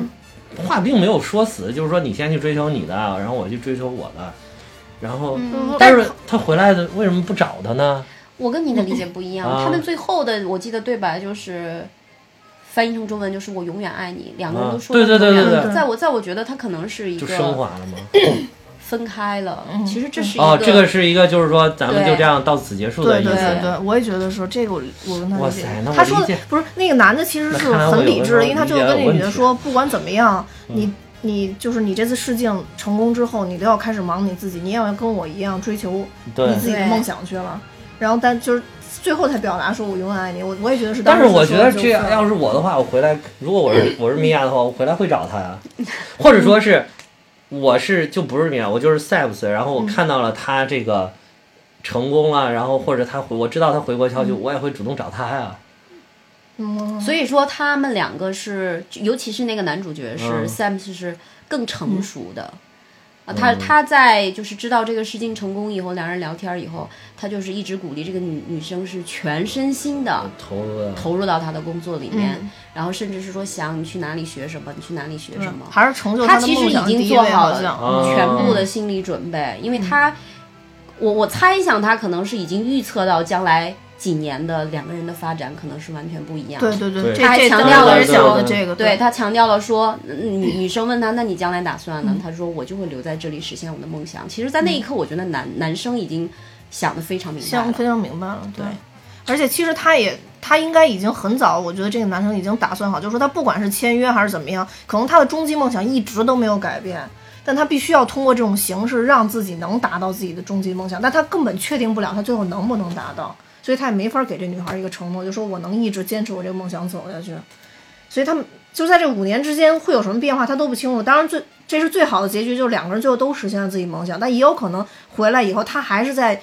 Speaker 2: 话并没有说死，就是说你先去追求你的，然后我去追求我的，然后，
Speaker 1: 就是说
Speaker 2: 但是他回来的为什么不找他呢？
Speaker 3: 我跟你的理解不一样，
Speaker 2: 啊
Speaker 3: 他们最后的我记得对白就是翻译成中文就是“我永远爱你”，两个人都说
Speaker 2: 啊
Speaker 3: 了
Speaker 2: 对对对
Speaker 3: 永远
Speaker 1: 对
Speaker 3: 爱你
Speaker 1: 对
Speaker 3: 在我在我觉得他可能是一
Speaker 2: 就升
Speaker 3: 个
Speaker 2: 华了吗？
Speaker 3: 分开了，其实这是一
Speaker 2: 哦，这个是一个，就是说咱们就这样到此结束的
Speaker 1: 对
Speaker 2: 意
Speaker 1: 对对
Speaker 2: 思。
Speaker 1: 对，我也觉得说这个我我跟他
Speaker 2: 啊哇
Speaker 1: 理解
Speaker 2: 塞那我
Speaker 1: 他说
Speaker 2: 理
Speaker 1: 的
Speaker 2: 解
Speaker 1: 不是那个男的其实
Speaker 2: 那
Speaker 1: 是
Speaker 2: 看来我有
Speaker 1: 很理
Speaker 2: 的时
Speaker 1: 智
Speaker 2: 候
Speaker 1: 的，因为他
Speaker 2: 理
Speaker 1: 最后
Speaker 2: 解
Speaker 1: 跟那
Speaker 2: 有
Speaker 1: 女
Speaker 2: 问
Speaker 1: 的
Speaker 2: 题嗯
Speaker 1: 说，不管怎么样，你你就是你这次试镜成功之后，你都要开始忙你自己，你也要跟我一样追求
Speaker 2: 对
Speaker 1: 你自己的
Speaker 3: 对
Speaker 1: 梦想去了。然后但就是最后才表达说我永远爱你，我我也觉得是当时
Speaker 2: 但是
Speaker 1: 说
Speaker 2: 我
Speaker 1: 的就
Speaker 2: 觉
Speaker 1: 是。
Speaker 2: 得这样要是啊我的话，我回来，如果我是我是米娅的话，我回来会找他呀，或者说是我是就不是那样，我就是 Sebs，然后
Speaker 1: 嗯
Speaker 2: 我看到了他这个成功了，然后或者他回，我知道他回国消息，我也会主动找他呀。
Speaker 1: 嗯，
Speaker 3: 所以说他们两个是，尤其是那个男主角是、
Speaker 2: 嗯
Speaker 3: Sam 是更
Speaker 1: 嗯
Speaker 3: 成熟的。啊，他他在就是知道这个事情成功以后，两人聊天以后，他就是一直鼓励这个女女生是全身心的
Speaker 2: 投入啊，
Speaker 3: 投入到他的工作里面，
Speaker 1: 嗯
Speaker 3: 然后甚至是说想你去哪里学什么，你去哪里学什么，
Speaker 1: 还是成就
Speaker 3: 他
Speaker 1: 的
Speaker 3: 其实
Speaker 1: 梦
Speaker 3: 已
Speaker 1: 想
Speaker 3: 经
Speaker 1: 第一
Speaker 3: 做
Speaker 1: 位，
Speaker 3: 好
Speaker 1: 好
Speaker 3: 了
Speaker 1: 像。
Speaker 2: 啊
Speaker 3: 全部的心理准备，
Speaker 1: 嗯
Speaker 3: 因为他，我我猜想他可能是已经预测到将来几年的两个人的发展可能是完全不一样的。
Speaker 1: 对对
Speaker 2: 对
Speaker 1: 对，
Speaker 3: 他
Speaker 1: 这这
Speaker 3: 强
Speaker 1: 当
Speaker 3: 调
Speaker 1: 时
Speaker 3: 了
Speaker 1: 想
Speaker 2: 说
Speaker 1: 的这个，
Speaker 3: 对他强调了说，嗯
Speaker 1: *clears throat*
Speaker 3: 女女生问他，那你将来打算
Speaker 1: 嗯
Speaker 3: 呢？他说我就会留在这里实现我的梦想。其实，在那一刻，我觉得男男生已经想的非常明白
Speaker 1: 想非
Speaker 3: 了。
Speaker 1: 常明白了，对。而且其实他也，他应该已经很早，我觉得这个男生已经打算好，就是说他不管是签约还是怎么样，可能他的终极梦想一直都没有改变，但他必须要通过这种形式让自己能达到自己的终极梦想，但他根本确定不了他最后能不能达到，所以他也没法给这女孩一个承诺，就说我能一直坚持我这个梦想走下去。所以他们就在这五年之间会有什么变化，他都不清楚。当然最这是最好的结局，就是两个人最后都实现了自己梦想，但也有可能回来以后，他还是在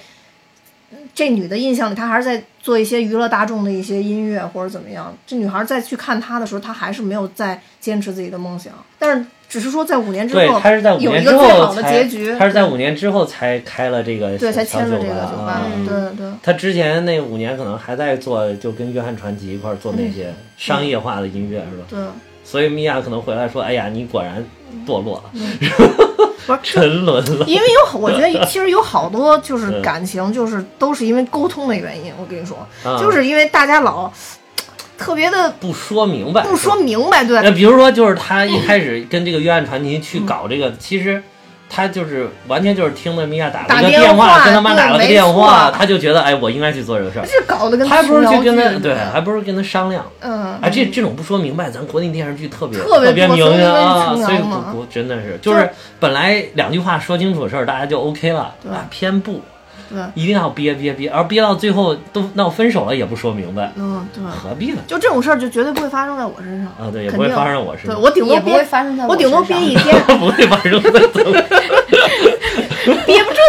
Speaker 1: 这女的印象里，她还是在做一些娱乐大众的一些音乐或者怎么样。这女孩再去看他的时候，她还是没有在坚持自己的梦想，但是只是说在五年之
Speaker 2: 对
Speaker 1: 后，，
Speaker 2: 他是在五
Speaker 1: 有
Speaker 2: 年
Speaker 1: 一
Speaker 2: 之
Speaker 1: 个最好
Speaker 2: 后
Speaker 1: 的
Speaker 2: 才，
Speaker 1: 结局，嗯
Speaker 2: 他是在五年之后才开了这个
Speaker 1: 对才
Speaker 2: 小
Speaker 1: 签了这个酒吧
Speaker 2: 啊，
Speaker 3: 嗯
Speaker 1: 对对对。
Speaker 2: 他之前那五年可能还在做，就跟约翰传奇一块儿做那
Speaker 1: 嗯
Speaker 2: 些商业化的音乐，是吧？所以米娅可能回来说：“哎呀，你果然堕落了，
Speaker 1: 嗯
Speaker 2: *laughs*
Speaker 1: 不是
Speaker 2: 沉沦了。
Speaker 1: 因为有，我觉得其实有好多就是
Speaker 2: 嗯
Speaker 1: 感情，就是都是因为沟通的原因。我跟你说，
Speaker 2: 啊”
Speaker 1: 就是因为大家老呃特别的
Speaker 2: 不说明白，
Speaker 1: 不说明白，对
Speaker 2: 那比如说，就是他一开始跟这个约翰传奇去搞这个，
Speaker 1: 嗯
Speaker 2: 其实他就是完全就是听了米娅打了
Speaker 1: 打
Speaker 2: 个
Speaker 1: 电
Speaker 2: 电
Speaker 1: 话
Speaker 2: 跟他妈
Speaker 1: 对
Speaker 2: 打了个
Speaker 1: 没
Speaker 2: 电话，
Speaker 1: 错
Speaker 2: 他就觉得哎，我应该去做这个事儿。
Speaker 1: 这搞得跟
Speaker 2: 还不如去跟
Speaker 1: 群聊
Speaker 2: 他
Speaker 1: 剧
Speaker 2: 对，还不如跟他商量。
Speaker 1: 嗯，
Speaker 2: 哎，这这种不说明白，咱国内电视剧特别
Speaker 1: 特别
Speaker 2: 别
Speaker 1: 多
Speaker 2: 明
Speaker 1: 所以
Speaker 2: 白
Speaker 1: 说
Speaker 2: 啊，
Speaker 1: 你
Speaker 2: 所
Speaker 1: 出
Speaker 2: 以
Speaker 1: 名
Speaker 2: 不
Speaker 1: 嘛
Speaker 2: 不真的是，就
Speaker 1: 就是
Speaker 2: 本来两句话说清楚事儿，大家就 OK 了，
Speaker 1: 对
Speaker 2: 啊，偏不，
Speaker 1: 对，
Speaker 2: 一定要憋憋憋，而憋到最后都闹分手了也不说明白，
Speaker 1: 嗯对，
Speaker 2: 何必呢？ *laughs*
Speaker 1: 就这种事儿就绝对不会发生在我身上
Speaker 2: 啊，对，也
Speaker 1: 肯
Speaker 2: 不会
Speaker 1: 定
Speaker 2: 发生我身
Speaker 1: 对
Speaker 2: 上，，
Speaker 1: 我顶多
Speaker 3: 也不会
Speaker 1: 憋，
Speaker 3: 发生在
Speaker 1: 我顶多
Speaker 3: 身
Speaker 1: 憋
Speaker 3: 上
Speaker 1: 一天
Speaker 2: *laughs* 不会发生在我身上。
Speaker 1: 憋不住，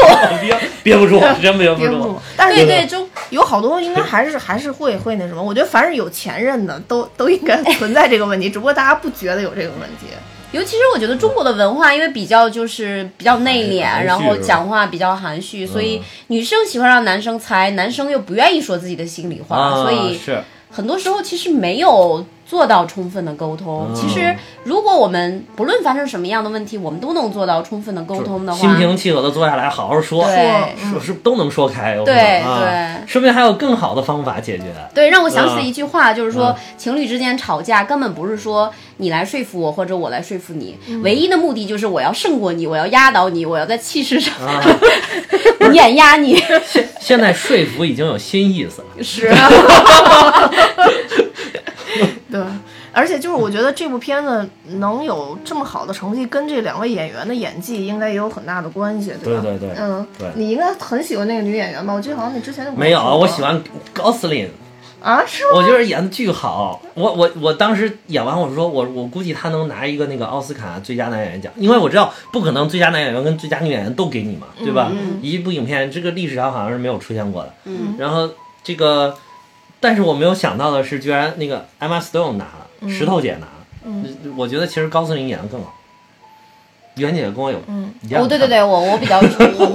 Speaker 2: *laughs* 憋憋
Speaker 3: *laughs*
Speaker 2: 不住，真憋不
Speaker 1: 憋不
Speaker 2: 住
Speaker 1: 住。。但是
Speaker 3: 对对，就
Speaker 1: 有好多应该还是还是会会那什么，我觉得凡是有前任的都都应该存在这个问题，只不过大家不觉得有这个问题。
Speaker 3: 尤其是我觉得中国的文化，因为比较就是比较内敛，
Speaker 2: 含蓄嗯
Speaker 3: 然后讲话比较含蓄，所以女生喜欢让男生猜，男生又不愿意说自己的心里话，
Speaker 2: 啊，
Speaker 3: 所以
Speaker 2: 是
Speaker 3: 很多时候其实没有做到充分的沟通。
Speaker 2: 嗯
Speaker 3: 其实如果我们不论发生什么样的问题，我们都能做到充分的沟通的话，
Speaker 2: 心平气和的坐下来，好好说，
Speaker 3: 对嗯
Speaker 2: 是是都能说开，我
Speaker 3: 对
Speaker 2: 觉得啊
Speaker 3: 对
Speaker 2: 说不定还有更好的方法解决。
Speaker 3: 对，让我想起了
Speaker 2: 嗯
Speaker 3: 一句话，就是说、
Speaker 2: 嗯
Speaker 3: 情侣之间吵架根本不是说你来说服我或者我来说服你，
Speaker 2: 嗯
Speaker 3: 唯一的目的就是我要胜过你，我要压倒你，我要在气势上、
Speaker 2: 啊
Speaker 3: *laughs* 碾
Speaker 2: *laughs*
Speaker 3: 压你。
Speaker 2: 现在说服已经有新意思了，
Speaker 3: *laughs* 是，
Speaker 1: 对，而且就是我觉得这部片子能有这么好的成绩，跟这两位演员的演技应该也有很大的关系，吧？
Speaker 2: 对对对
Speaker 1: 嗯，
Speaker 2: 对
Speaker 1: 你应该很喜欢那个女演员吧？我记得好像你之前就跟
Speaker 2: 没有啊，
Speaker 1: 说过
Speaker 2: 我喜欢 Gosling，
Speaker 1: 啊，是吗？
Speaker 2: *laughs* 我觉得演的巨好。我我我当时演完，我说我我估计他能拿一个那个奥斯卡最佳男演员奖，因为我知道不可能最佳男演员跟最佳女演员都给你嘛，对吧？一部影片这个历史上好像是没有出现过的。
Speaker 3: 嗯，
Speaker 2: 然后这个，但是我没有想到的是，居然那个 Emma Stone 拿了，石头姐拿了。嗯，我觉得其实高斯林演的更好。袁姐跟我有一样的看法。
Speaker 3: 哦，对对对，我我比较 同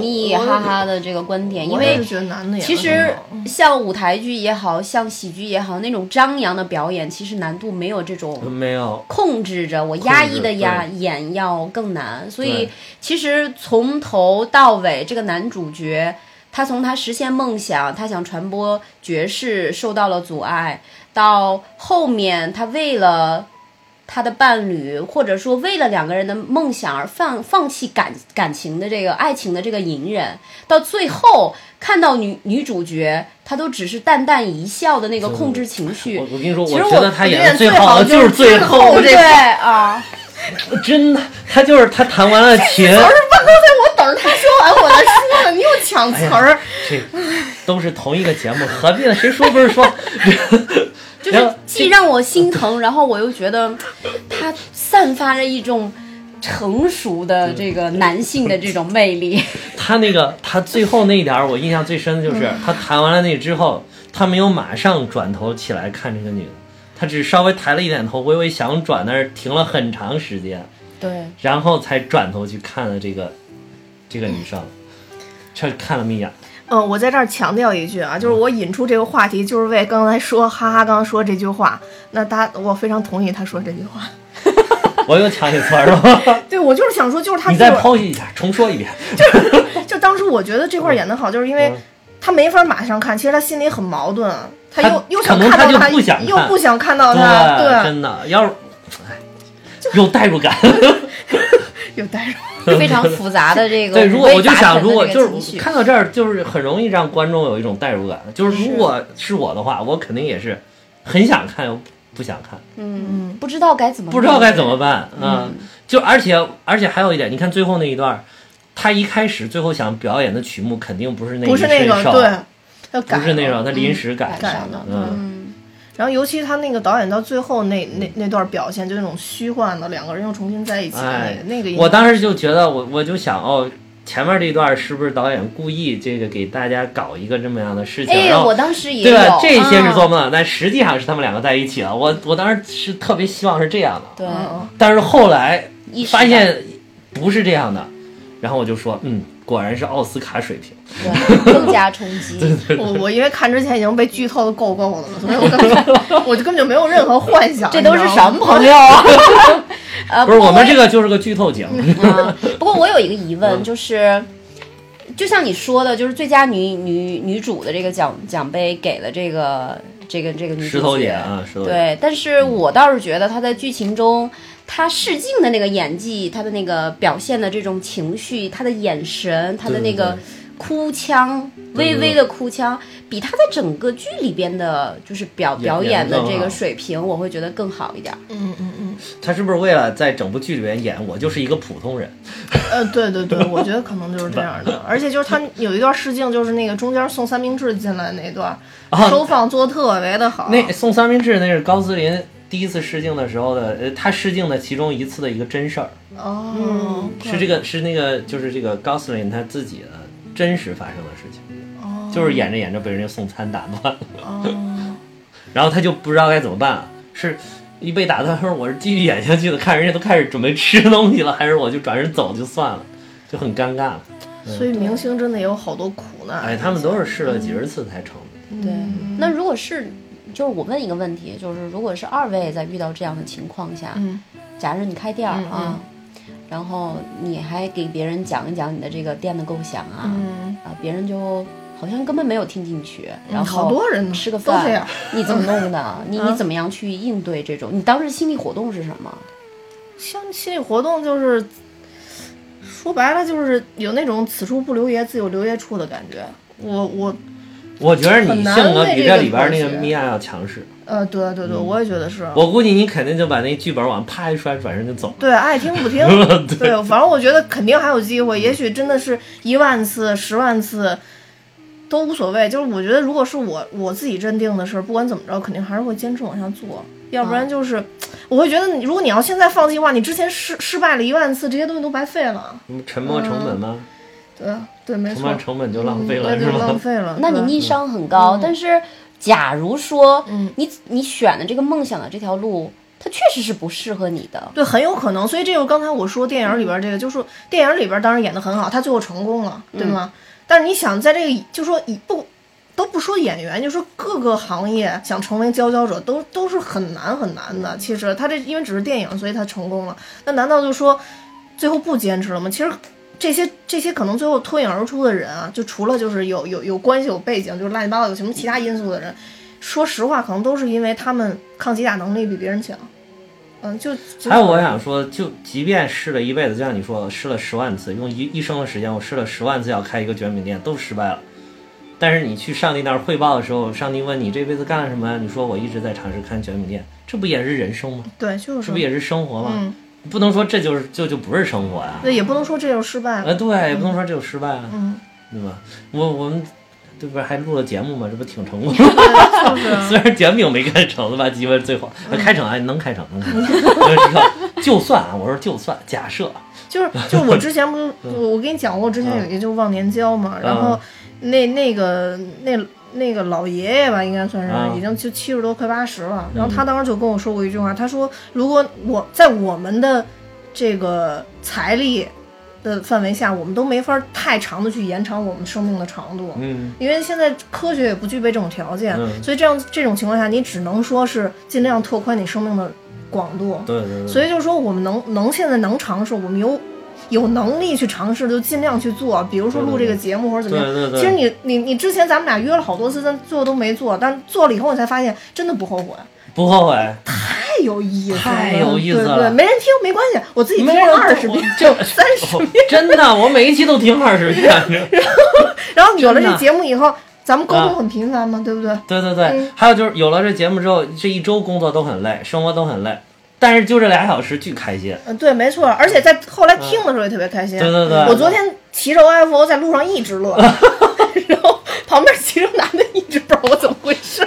Speaker 2: *laughs*
Speaker 3: 意
Speaker 1: 我
Speaker 3: 哈哈的这个观点，因
Speaker 1: 我也
Speaker 3: 为
Speaker 1: 是觉得男的演得
Speaker 3: 其实
Speaker 1: 很好 *laughs*
Speaker 3: 像舞台剧也好像喜剧也好，那种张扬的表演，其实难度没有这种。
Speaker 2: 没有，
Speaker 3: 控制着我压抑的压
Speaker 2: 对
Speaker 3: 演要更难，所
Speaker 2: 对
Speaker 3: 以其实从头到尾，这个男主角他从他实现梦想，他想传播爵士受到了阻碍，到后面他为了他的伴侣，或者说为了两个人的梦想而放放弃感感情的这个爱情的这个隐忍，到最后看到女女主角，她都只是淡淡一笑的那个控制情绪
Speaker 2: 我。我跟你说，
Speaker 3: 其实
Speaker 2: 我
Speaker 3: 我
Speaker 2: 觉得他演的
Speaker 1: 最
Speaker 2: 好的就是最后
Speaker 1: 后这
Speaker 3: 对
Speaker 1: 个
Speaker 3: 啊，
Speaker 2: 真的，他就是他弹完了琴，
Speaker 1: 不是，刚才我等着他说完我再说呢，你又抢词
Speaker 2: 哎
Speaker 1: 儿。
Speaker 2: 这都是同一个节目，何必呢？谁说不是
Speaker 1: *laughs*
Speaker 2: 说？
Speaker 3: 就
Speaker 2: 然后
Speaker 3: 是既让我心疼，然后我又觉得他散发着一种成熟的这个男性的这种魅力。
Speaker 2: 他那个他最后那一点儿我印象最深的就是，
Speaker 1: 嗯
Speaker 2: 他弹完了那之后，他没有马上转头起来看这个女的，他只稍微抬了一点头，微微想转，但是停了很长时间，
Speaker 3: 对，
Speaker 2: 然后才转头去看了这个这个女生，这看了一眼，
Speaker 1: 嗯，我在这儿强调一句啊，就是我引出这个话题，就是为刚才说哈哈刚刚说这句话，那他我非常同意他说这句话。
Speaker 2: 我又抢你词儿
Speaker 1: *laughs*
Speaker 2: 了，
Speaker 1: 对，我就是想说，就是他
Speaker 2: 你再
Speaker 1: 自我
Speaker 2: 剖析一下，重说一遍。
Speaker 1: 就当时我觉得这块儿演得好，就是因为
Speaker 2: 嗯
Speaker 1: 他没法马上看，其实他心里很矛盾，他又
Speaker 2: 他
Speaker 1: 又想
Speaker 2: 可能
Speaker 1: 看到
Speaker 2: 他就
Speaker 1: 他，
Speaker 2: 不想看
Speaker 1: 又不想看到他，哦对，
Speaker 2: 真的要是，哎，有代入感。
Speaker 1: 又带入。
Speaker 3: 非常复杂的这个
Speaker 2: *laughs* 对，如果
Speaker 3: 五味
Speaker 2: 我就
Speaker 3: 杂
Speaker 2: 想，
Speaker 3: 陈的
Speaker 2: 如果
Speaker 3: 这
Speaker 2: 就
Speaker 3: 个
Speaker 2: 是
Speaker 3: 情绪
Speaker 2: 我看到这儿，就是很容易让观众有一种代入感。就是如果是我的话，我肯定也是很想看又不想看，
Speaker 3: 嗯，不知道该怎么，
Speaker 2: 不知道该怎么办。嗯，就而且而且还有一点，你看最后那一段儿，他一开始最后想表演的曲目肯定不是那
Speaker 1: 不是那
Speaker 2: 一
Speaker 1: 个
Speaker 2: 身哨
Speaker 1: 对，要改
Speaker 2: 不是那
Speaker 1: 了
Speaker 2: 种，他临时改
Speaker 3: 改上的
Speaker 2: 嗯，
Speaker 1: 然后尤其他那个导演到最后那那那段表现，就那种虚幻的两个人又重新在一起的那
Speaker 2: 哎
Speaker 1: 个、那个印象，
Speaker 2: 我当时就觉得我我就想哦。前面这段是不是导演故意这个给大家搞一个这么样的事情？
Speaker 3: 哎，
Speaker 2: 然后
Speaker 3: 我当时也
Speaker 2: 对吧
Speaker 3: 有？
Speaker 2: 这些是做
Speaker 3: 啊
Speaker 2: 梦，但实际上是他们两个在一起了。我我当时是特别希望是这样的，
Speaker 3: 对
Speaker 1: 嗯嗯
Speaker 2: 但是后来
Speaker 3: 意识到
Speaker 2: 发现不是这样的，然后我就说，嗯，果然是奥斯卡水平。
Speaker 3: 啊对更加冲
Speaker 2: *laughs*
Speaker 3: 击，
Speaker 1: 我我因为看之前已经被剧透的够够的了，所以我根本我就 *laughs* 根本就没有任何幻想。
Speaker 3: 这都是
Speaker 1: 你知道
Speaker 3: 什
Speaker 1: 吗
Speaker 3: 么朋友
Speaker 2: *laughs*
Speaker 3: 啊？呃，
Speaker 2: 哎不是
Speaker 3: 过
Speaker 2: 我们这
Speaker 3: 也
Speaker 2: 个就是个剧透节目，
Speaker 3: *laughs* 啊，
Speaker 2: *laughs*
Speaker 3: 不过我有一个疑
Speaker 2: 嗯
Speaker 3: 问，就是，就像你说的，就是最佳女女女主的这个奖奖杯给了这个这个这个女主
Speaker 2: 石头
Speaker 3: 角
Speaker 2: 姐啊，石头姐，
Speaker 3: 对，但是我倒是觉得她在剧情中，她试镜的那个演技，她的那个表现的这种情绪，她的眼神，她的那
Speaker 2: 对
Speaker 3: 个
Speaker 2: 对嗯
Speaker 3: 哭腔，微微的哭腔，比她在整个剧里边的，就是表
Speaker 2: 演
Speaker 3: 表演的
Speaker 2: 演得
Speaker 3: 这
Speaker 2: 更好
Speaker 3: 个水平，我会觉得更好一点。
Speaker 1: 嗯嗯嗯，
Speaker 2: 她是不是为了在整部剧里边演我就是一个普通人？
Speaker 1: 呃，对对
Speaker 2: *laughs*
Speaker 1: 对，我觉得可能就是这样的。而且就是他有一段试镜，就是那个中间送三明治进来那段，收放做得特别的好。
Speaker 2: 啊
Speaker 3: 啊
Speaker 2: 那送三明治那是高斯林第一次试镜的时候的，呃，他试镜的其中一次的一个真事儿，
Speaker 1: 哦，
Speaker 2: 是这个是那个就是这个高斯林他自己的真实发生的事情。就是演着演着被人家送餐打断了，
Speaker 1: 哦，
Speaker 2: *laughs* 然后他就不知道该怎么办了，啊是一被打断，他说我是继续演下去的，看人家都开始准备吃东西了，还是我就转身走就算了，就很尴尬了。
Speaker 1: 所以明星真的有好多苦难。
Speaker 2: 哎，他们都是试了几十次才成的。
Speaker 3: 对，
Speaker 1: 嗯
Speaker 3: 那如果是，就是我问一个问题，就是如果是二位在遇到这样的情况下，
Speaker 1: 嗯，
Speaker 3: 假如你开店儿
Speaker 1: 嗯
Speaker 3: 啊，然后你还给别人讲一讲你的这个店的构想啊，
Speaker 1: 嗯
Speaker 3: 啊，别人就好像根本没有听进去，然后
Speaker 1: 好多人呢
Speaker 3: 吃个
Speaker 1: 都
Speaker 3: 饭
Speaker 1: 这样，嗯
Speaker 3: 你怎么弄的？你你怎么样去应对这种？你当时心理活动是什么？
Speaker 1: 像心理活动就是。说白了就是有那种此处不留爷，自有留爷处的感觉。我我
Speaker 2: 我觉得你性格比这里
Speaker 1: 很难为这
Speaker 2: 边那
Speaker 1: 个妥协
Speaker 2: 个米娅要强势，
Speaker 1: 呃，对对对，我也觉得是。
Speaker 2: 嗯
Speaker 1: 啊
Speaker 2: 我估计你肯定就把那剧本往啪一摔，转身就走。
Speaker 1: 对，爱听不
Speaker 2: *laughs*
Speaker 1: 听。对，反正我觉得肯定还有机会，也许真的是一万次、十万次都无所谓。就是我觉得，如果是我我自己认定的事儿，不管怎么着，肯定还是会坚持往下做。要不然
Speaker 3: 嗯
Speaker 1: 就是，我会觉得你，如果你要现在放弃的话，你之前失失败了一万次，这些东西都白费了。
Speaker 2: 什么沉没成本吗？
Speaker 1: 对对，没
Speaker 2: 沉
Speaker 1: 错嗯
Speaker 2: 没，成本就浪费了
Speaker 1: 对
Speaker 2: 是
Speaker 1: 对，浪
Speaker 2: 吗？
Speaker 1: 费了。
Speaker 3: 那你
Speaker 1: 对
Speaker 3: 逆商很高，但是假如说，
Speaker 1: 嗯
Speaker 3: 你你选的这个梦想的这条路，它确实是不适合你的。
Speaker 1: 对，很有可能。所以这就是刚才我说电影里边这个，就是电影里边当然演的很好，他最后成功了，对吗？但是你想，在这个就说一不都不说演员，就说各个行业想成为佼佼者，都都是很难很难的。其实他这因为只是电影，所以他成功了。那难道就说最后不坚持了吗？其实。这些这些可能最后脱颖而出的人啊，就除了就是有有有关系、有背景，就是乱七八糟有什么其他因素的人，说实话，可能都是因为他们抗击打能力比别人强。嗯，就就
Speaker 2: 还有我想说，就即便试了一辈子，就像你说，的，试了十万次，用一一生的时间，我试了十万次要开一个卷饼店，都失败了。但是你去上帝那儿汇报的时候，上帝问你这辈子干了什么，你说我一直在尝试开卷饼店，这不也是人生吗？
Speaker 1: 对，就是
Speaker 2: 这不也是生活吗？
Speaker 1: 嗯
Speaker 2: 不能说这就是就就不是生活呀、啊。
Speaker 1: 对，也不能说这就是失
Speaker 3: 啊
Speaker 1: 败。
Speaker 2: 呃，对，也不能说这就失败啊，
Speaker 1: 嗯，
Speaker 2: 对吧？我我们这不是还录了节目吗？这不挺成
Speaker 3: 嗯
Speaker 2: 功？
Speaker 1: 对就是
Speaker 2: *laughs*
Speaker 3: 嗯 *laughs*
Speaker 2: 虽然卷饼没开成，对吧？鸡巴最后呃开成哎能开成，能开成，就是就算啊，我说就算，假设
Speaker 1: 就是
Speaker 2: 嗯
Speaker 1: 就是我之前
Speaker 2: *laughs*
Speaker 1: 不是我我跟你讲过，之前有一个就是忘年交嘛，然后
Speaker 2: 嗯
Speaker 1: 那那个那那个老爷爷吧，应该算是、
Speaker 2: 啊
Speaker 1: 已经就七十多快八十
Speaker 2: 嗯
Speaker 1: 了，然后他当时就跟我说过一句话，他说如果我在我们的这个财力的范围下，我们都没法太长的去延长我们生命的长度，
Speaker 2: 嗯，
Speaker 1: 因为现在科学也不具备这种条件，
Speaker 2: 嗯
Speaker 1: 所以这样这种情况下，你只能说是尽量拓宽你生命的广度，
Speaker 2: 对对对，
Speaker 1: 所
Speaker 2: 以
Speaker 1: 以就是说，我们能能现在能尝试，我们有有能力去尝试，就尽量去做。比如说录这个节目或者怎么样。
Speaker 2: 对对对
Speaker 1: 其实你你你之前咱们俩约了好多次，但最后都没做。但做了以后，我才发现真的不后悔，
Speaker 2: 不后
Speaker 3: *laughs*
Speaker 2: 悔，
Speaker 1: 太有意思了，
Speaker 2: 太有意思
Speaker 1: 对
Speaker 2: 了
Speaker 1: 对，没人听没关系，我自己听
Speaker 2: 没人
Speaker 1: 了二十遍
Speaker 2: 我、
Speaker 1: 就 *laughs* 三十遍。
Speaker 2: 真的，我每一期都听二十遍。
Speaker 3: *laughs*
Speaker 1: 然后有了
Speaker 2: 真
Speaker 1: 这
Speaker 2: 的
Speaker 1: 节目以后，咱们沟
Speaker 2: 啊
Speaker 1: 通很频繁嘛，对不对？
Speaker 2: 对对对，
Speaker 1: 嗯
Speaker 2: 还有就是有了这节目之后，这一周工作都很累，生活都很累，但是就这俩小时巨开心。
Speaker 1: 嗯，对，没错。而且在后来听的时候也特别开心。
Speaker 2: 嗯对对对
Speaker 1: 我昨天骑着 OFO 在路上一直乐， *laughs* 然后旁边骑着男的一直不知道我怎么回事。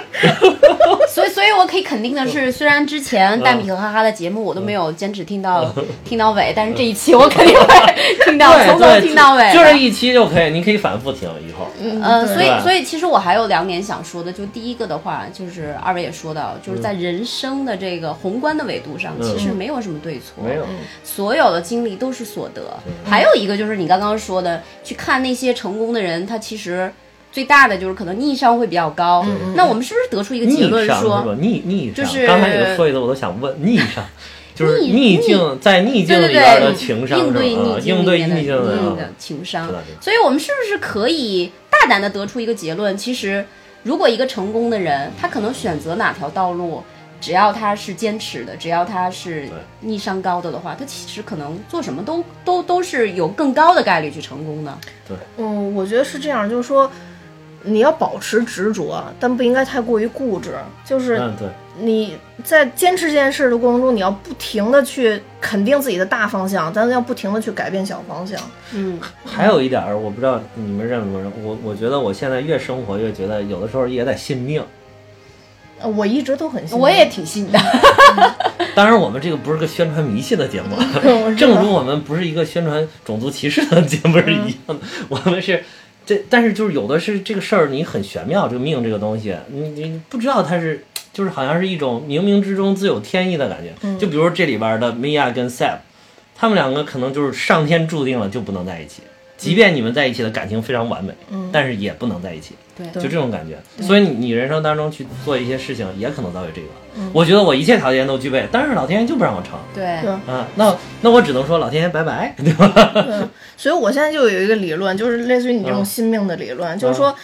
Speaker 3: 所以，所以我可以肯定的
Speaker 2: 嗯
Speaker 3: 是，虽然之前大米和哈哈的节目我都没有坚持听到 *laughs* 听到尾，但是这一期我肯
Speaker 2: *laughs*
Speaker 3: 定会听到从头
Speaker 2: 嗯对对，
Speaker 3: 听到尾。
Speaker 2: 就是一期就可以，你可以反复听以后。
Speaker 3: 呃，所以
Speaker 2: 对
Speaker 3: 所以其实我还有两点想说的，就第一个的话，就是二位也说到，就是
Speaker 2: 嗯
Speaker 3: 在人生的这个宏观的维度上，其实没有什么对错，
Speaker 2: 没有，
Speaker 3: 所有的经历都是所得。还有一个就是你刚刚说的，去看那些成功的人，他其实最大的就是可能逆商会比较高。那我们是不是得出一个结
Speaker 2: 逆
Speaker 3: 论
Speaker 2: 上是
Speaker 3: 说，
Speaker 2: 吧？逆逆上，
Speaker 3: 就是
Speaker 2: 刚才你的说一次，我都想问逆
Speaker 3: *laughs*
Speaker 2: 上。就是
Speaker 3: 逆
Speaker 2: 逆境，在逆境里边的情商
Speaker 3: 应
Speaker 2: 是吧？
Speaker 3: 对
Speaker 2: 啊
Speaker 3: 逆境
Speaker 2: 应对逆
Speaker 3: 里面
Speaker 2: 境
Speaker 3: 的嗯
Speaker 2: 的啊
Speaker 3: 的情商
Speaker 2: 是的是的。
Speaker 3: 所以我们是不是可以大胆的得出一个结论？其实，如果一个成功的人，他可能选择哪条道路，只要他是坚持的，只要他是逆商高的的话，他其实可能做什么都都都是有更高的概率去成功的。
Speaker 1: 嗯，我觉得是这样，就是说，你要保持执着，但不应该太过于固执。就是
Speaker 2: 嗯，对，
Speaker 1: 你在坚持这件事的过程中，你要不停的去肯定自己的大方向，但是要不停的去改变小方向。
Speaker 3: 嗯，
Speaker 2: 还有一点儿，我不知道你们认不认，我我觉得我现在越生活越觉得，有的时候也得信命。
Speaker 1: 呃我一直都很信，
Speaker 3: 嗯我也挺信的。
Speaker 1: 嗯
Speaker 2: *laughs* 当然，我们这个不是个宣传迷信的节目，啊正如我们不是一个宣传种族歧视的节目是一样的，我们是这，但是就是有的是这个事儿，你很玄妙，这个命这个东西，你你不知道它是。就是好像是一种冥冥之中自有天意的感觉，就比如这里边的 Mia 跟 Sap，他们两个可能就是上天注定了就不能在一起，即便你们在一起的感情非常完美，但是也不能在一起。
Speaker 3: 对
Speaker 2: 就这种感觉。所以你你人生当中去做一些事情，也可能遭遇这个。
Speaker 3: 嗯
Speaker 2: 我觉得我一切条件都具备，但是老天爷就不让我成。
Speaker 3: *laughs* 对
Speaker 1: 对
Speaker 2: 啊，那那我只能说老天爷拜拜，对吧？
Speaker 1: 所以我现在就有一个理论，就是类似于你这种心命的理论，就是说。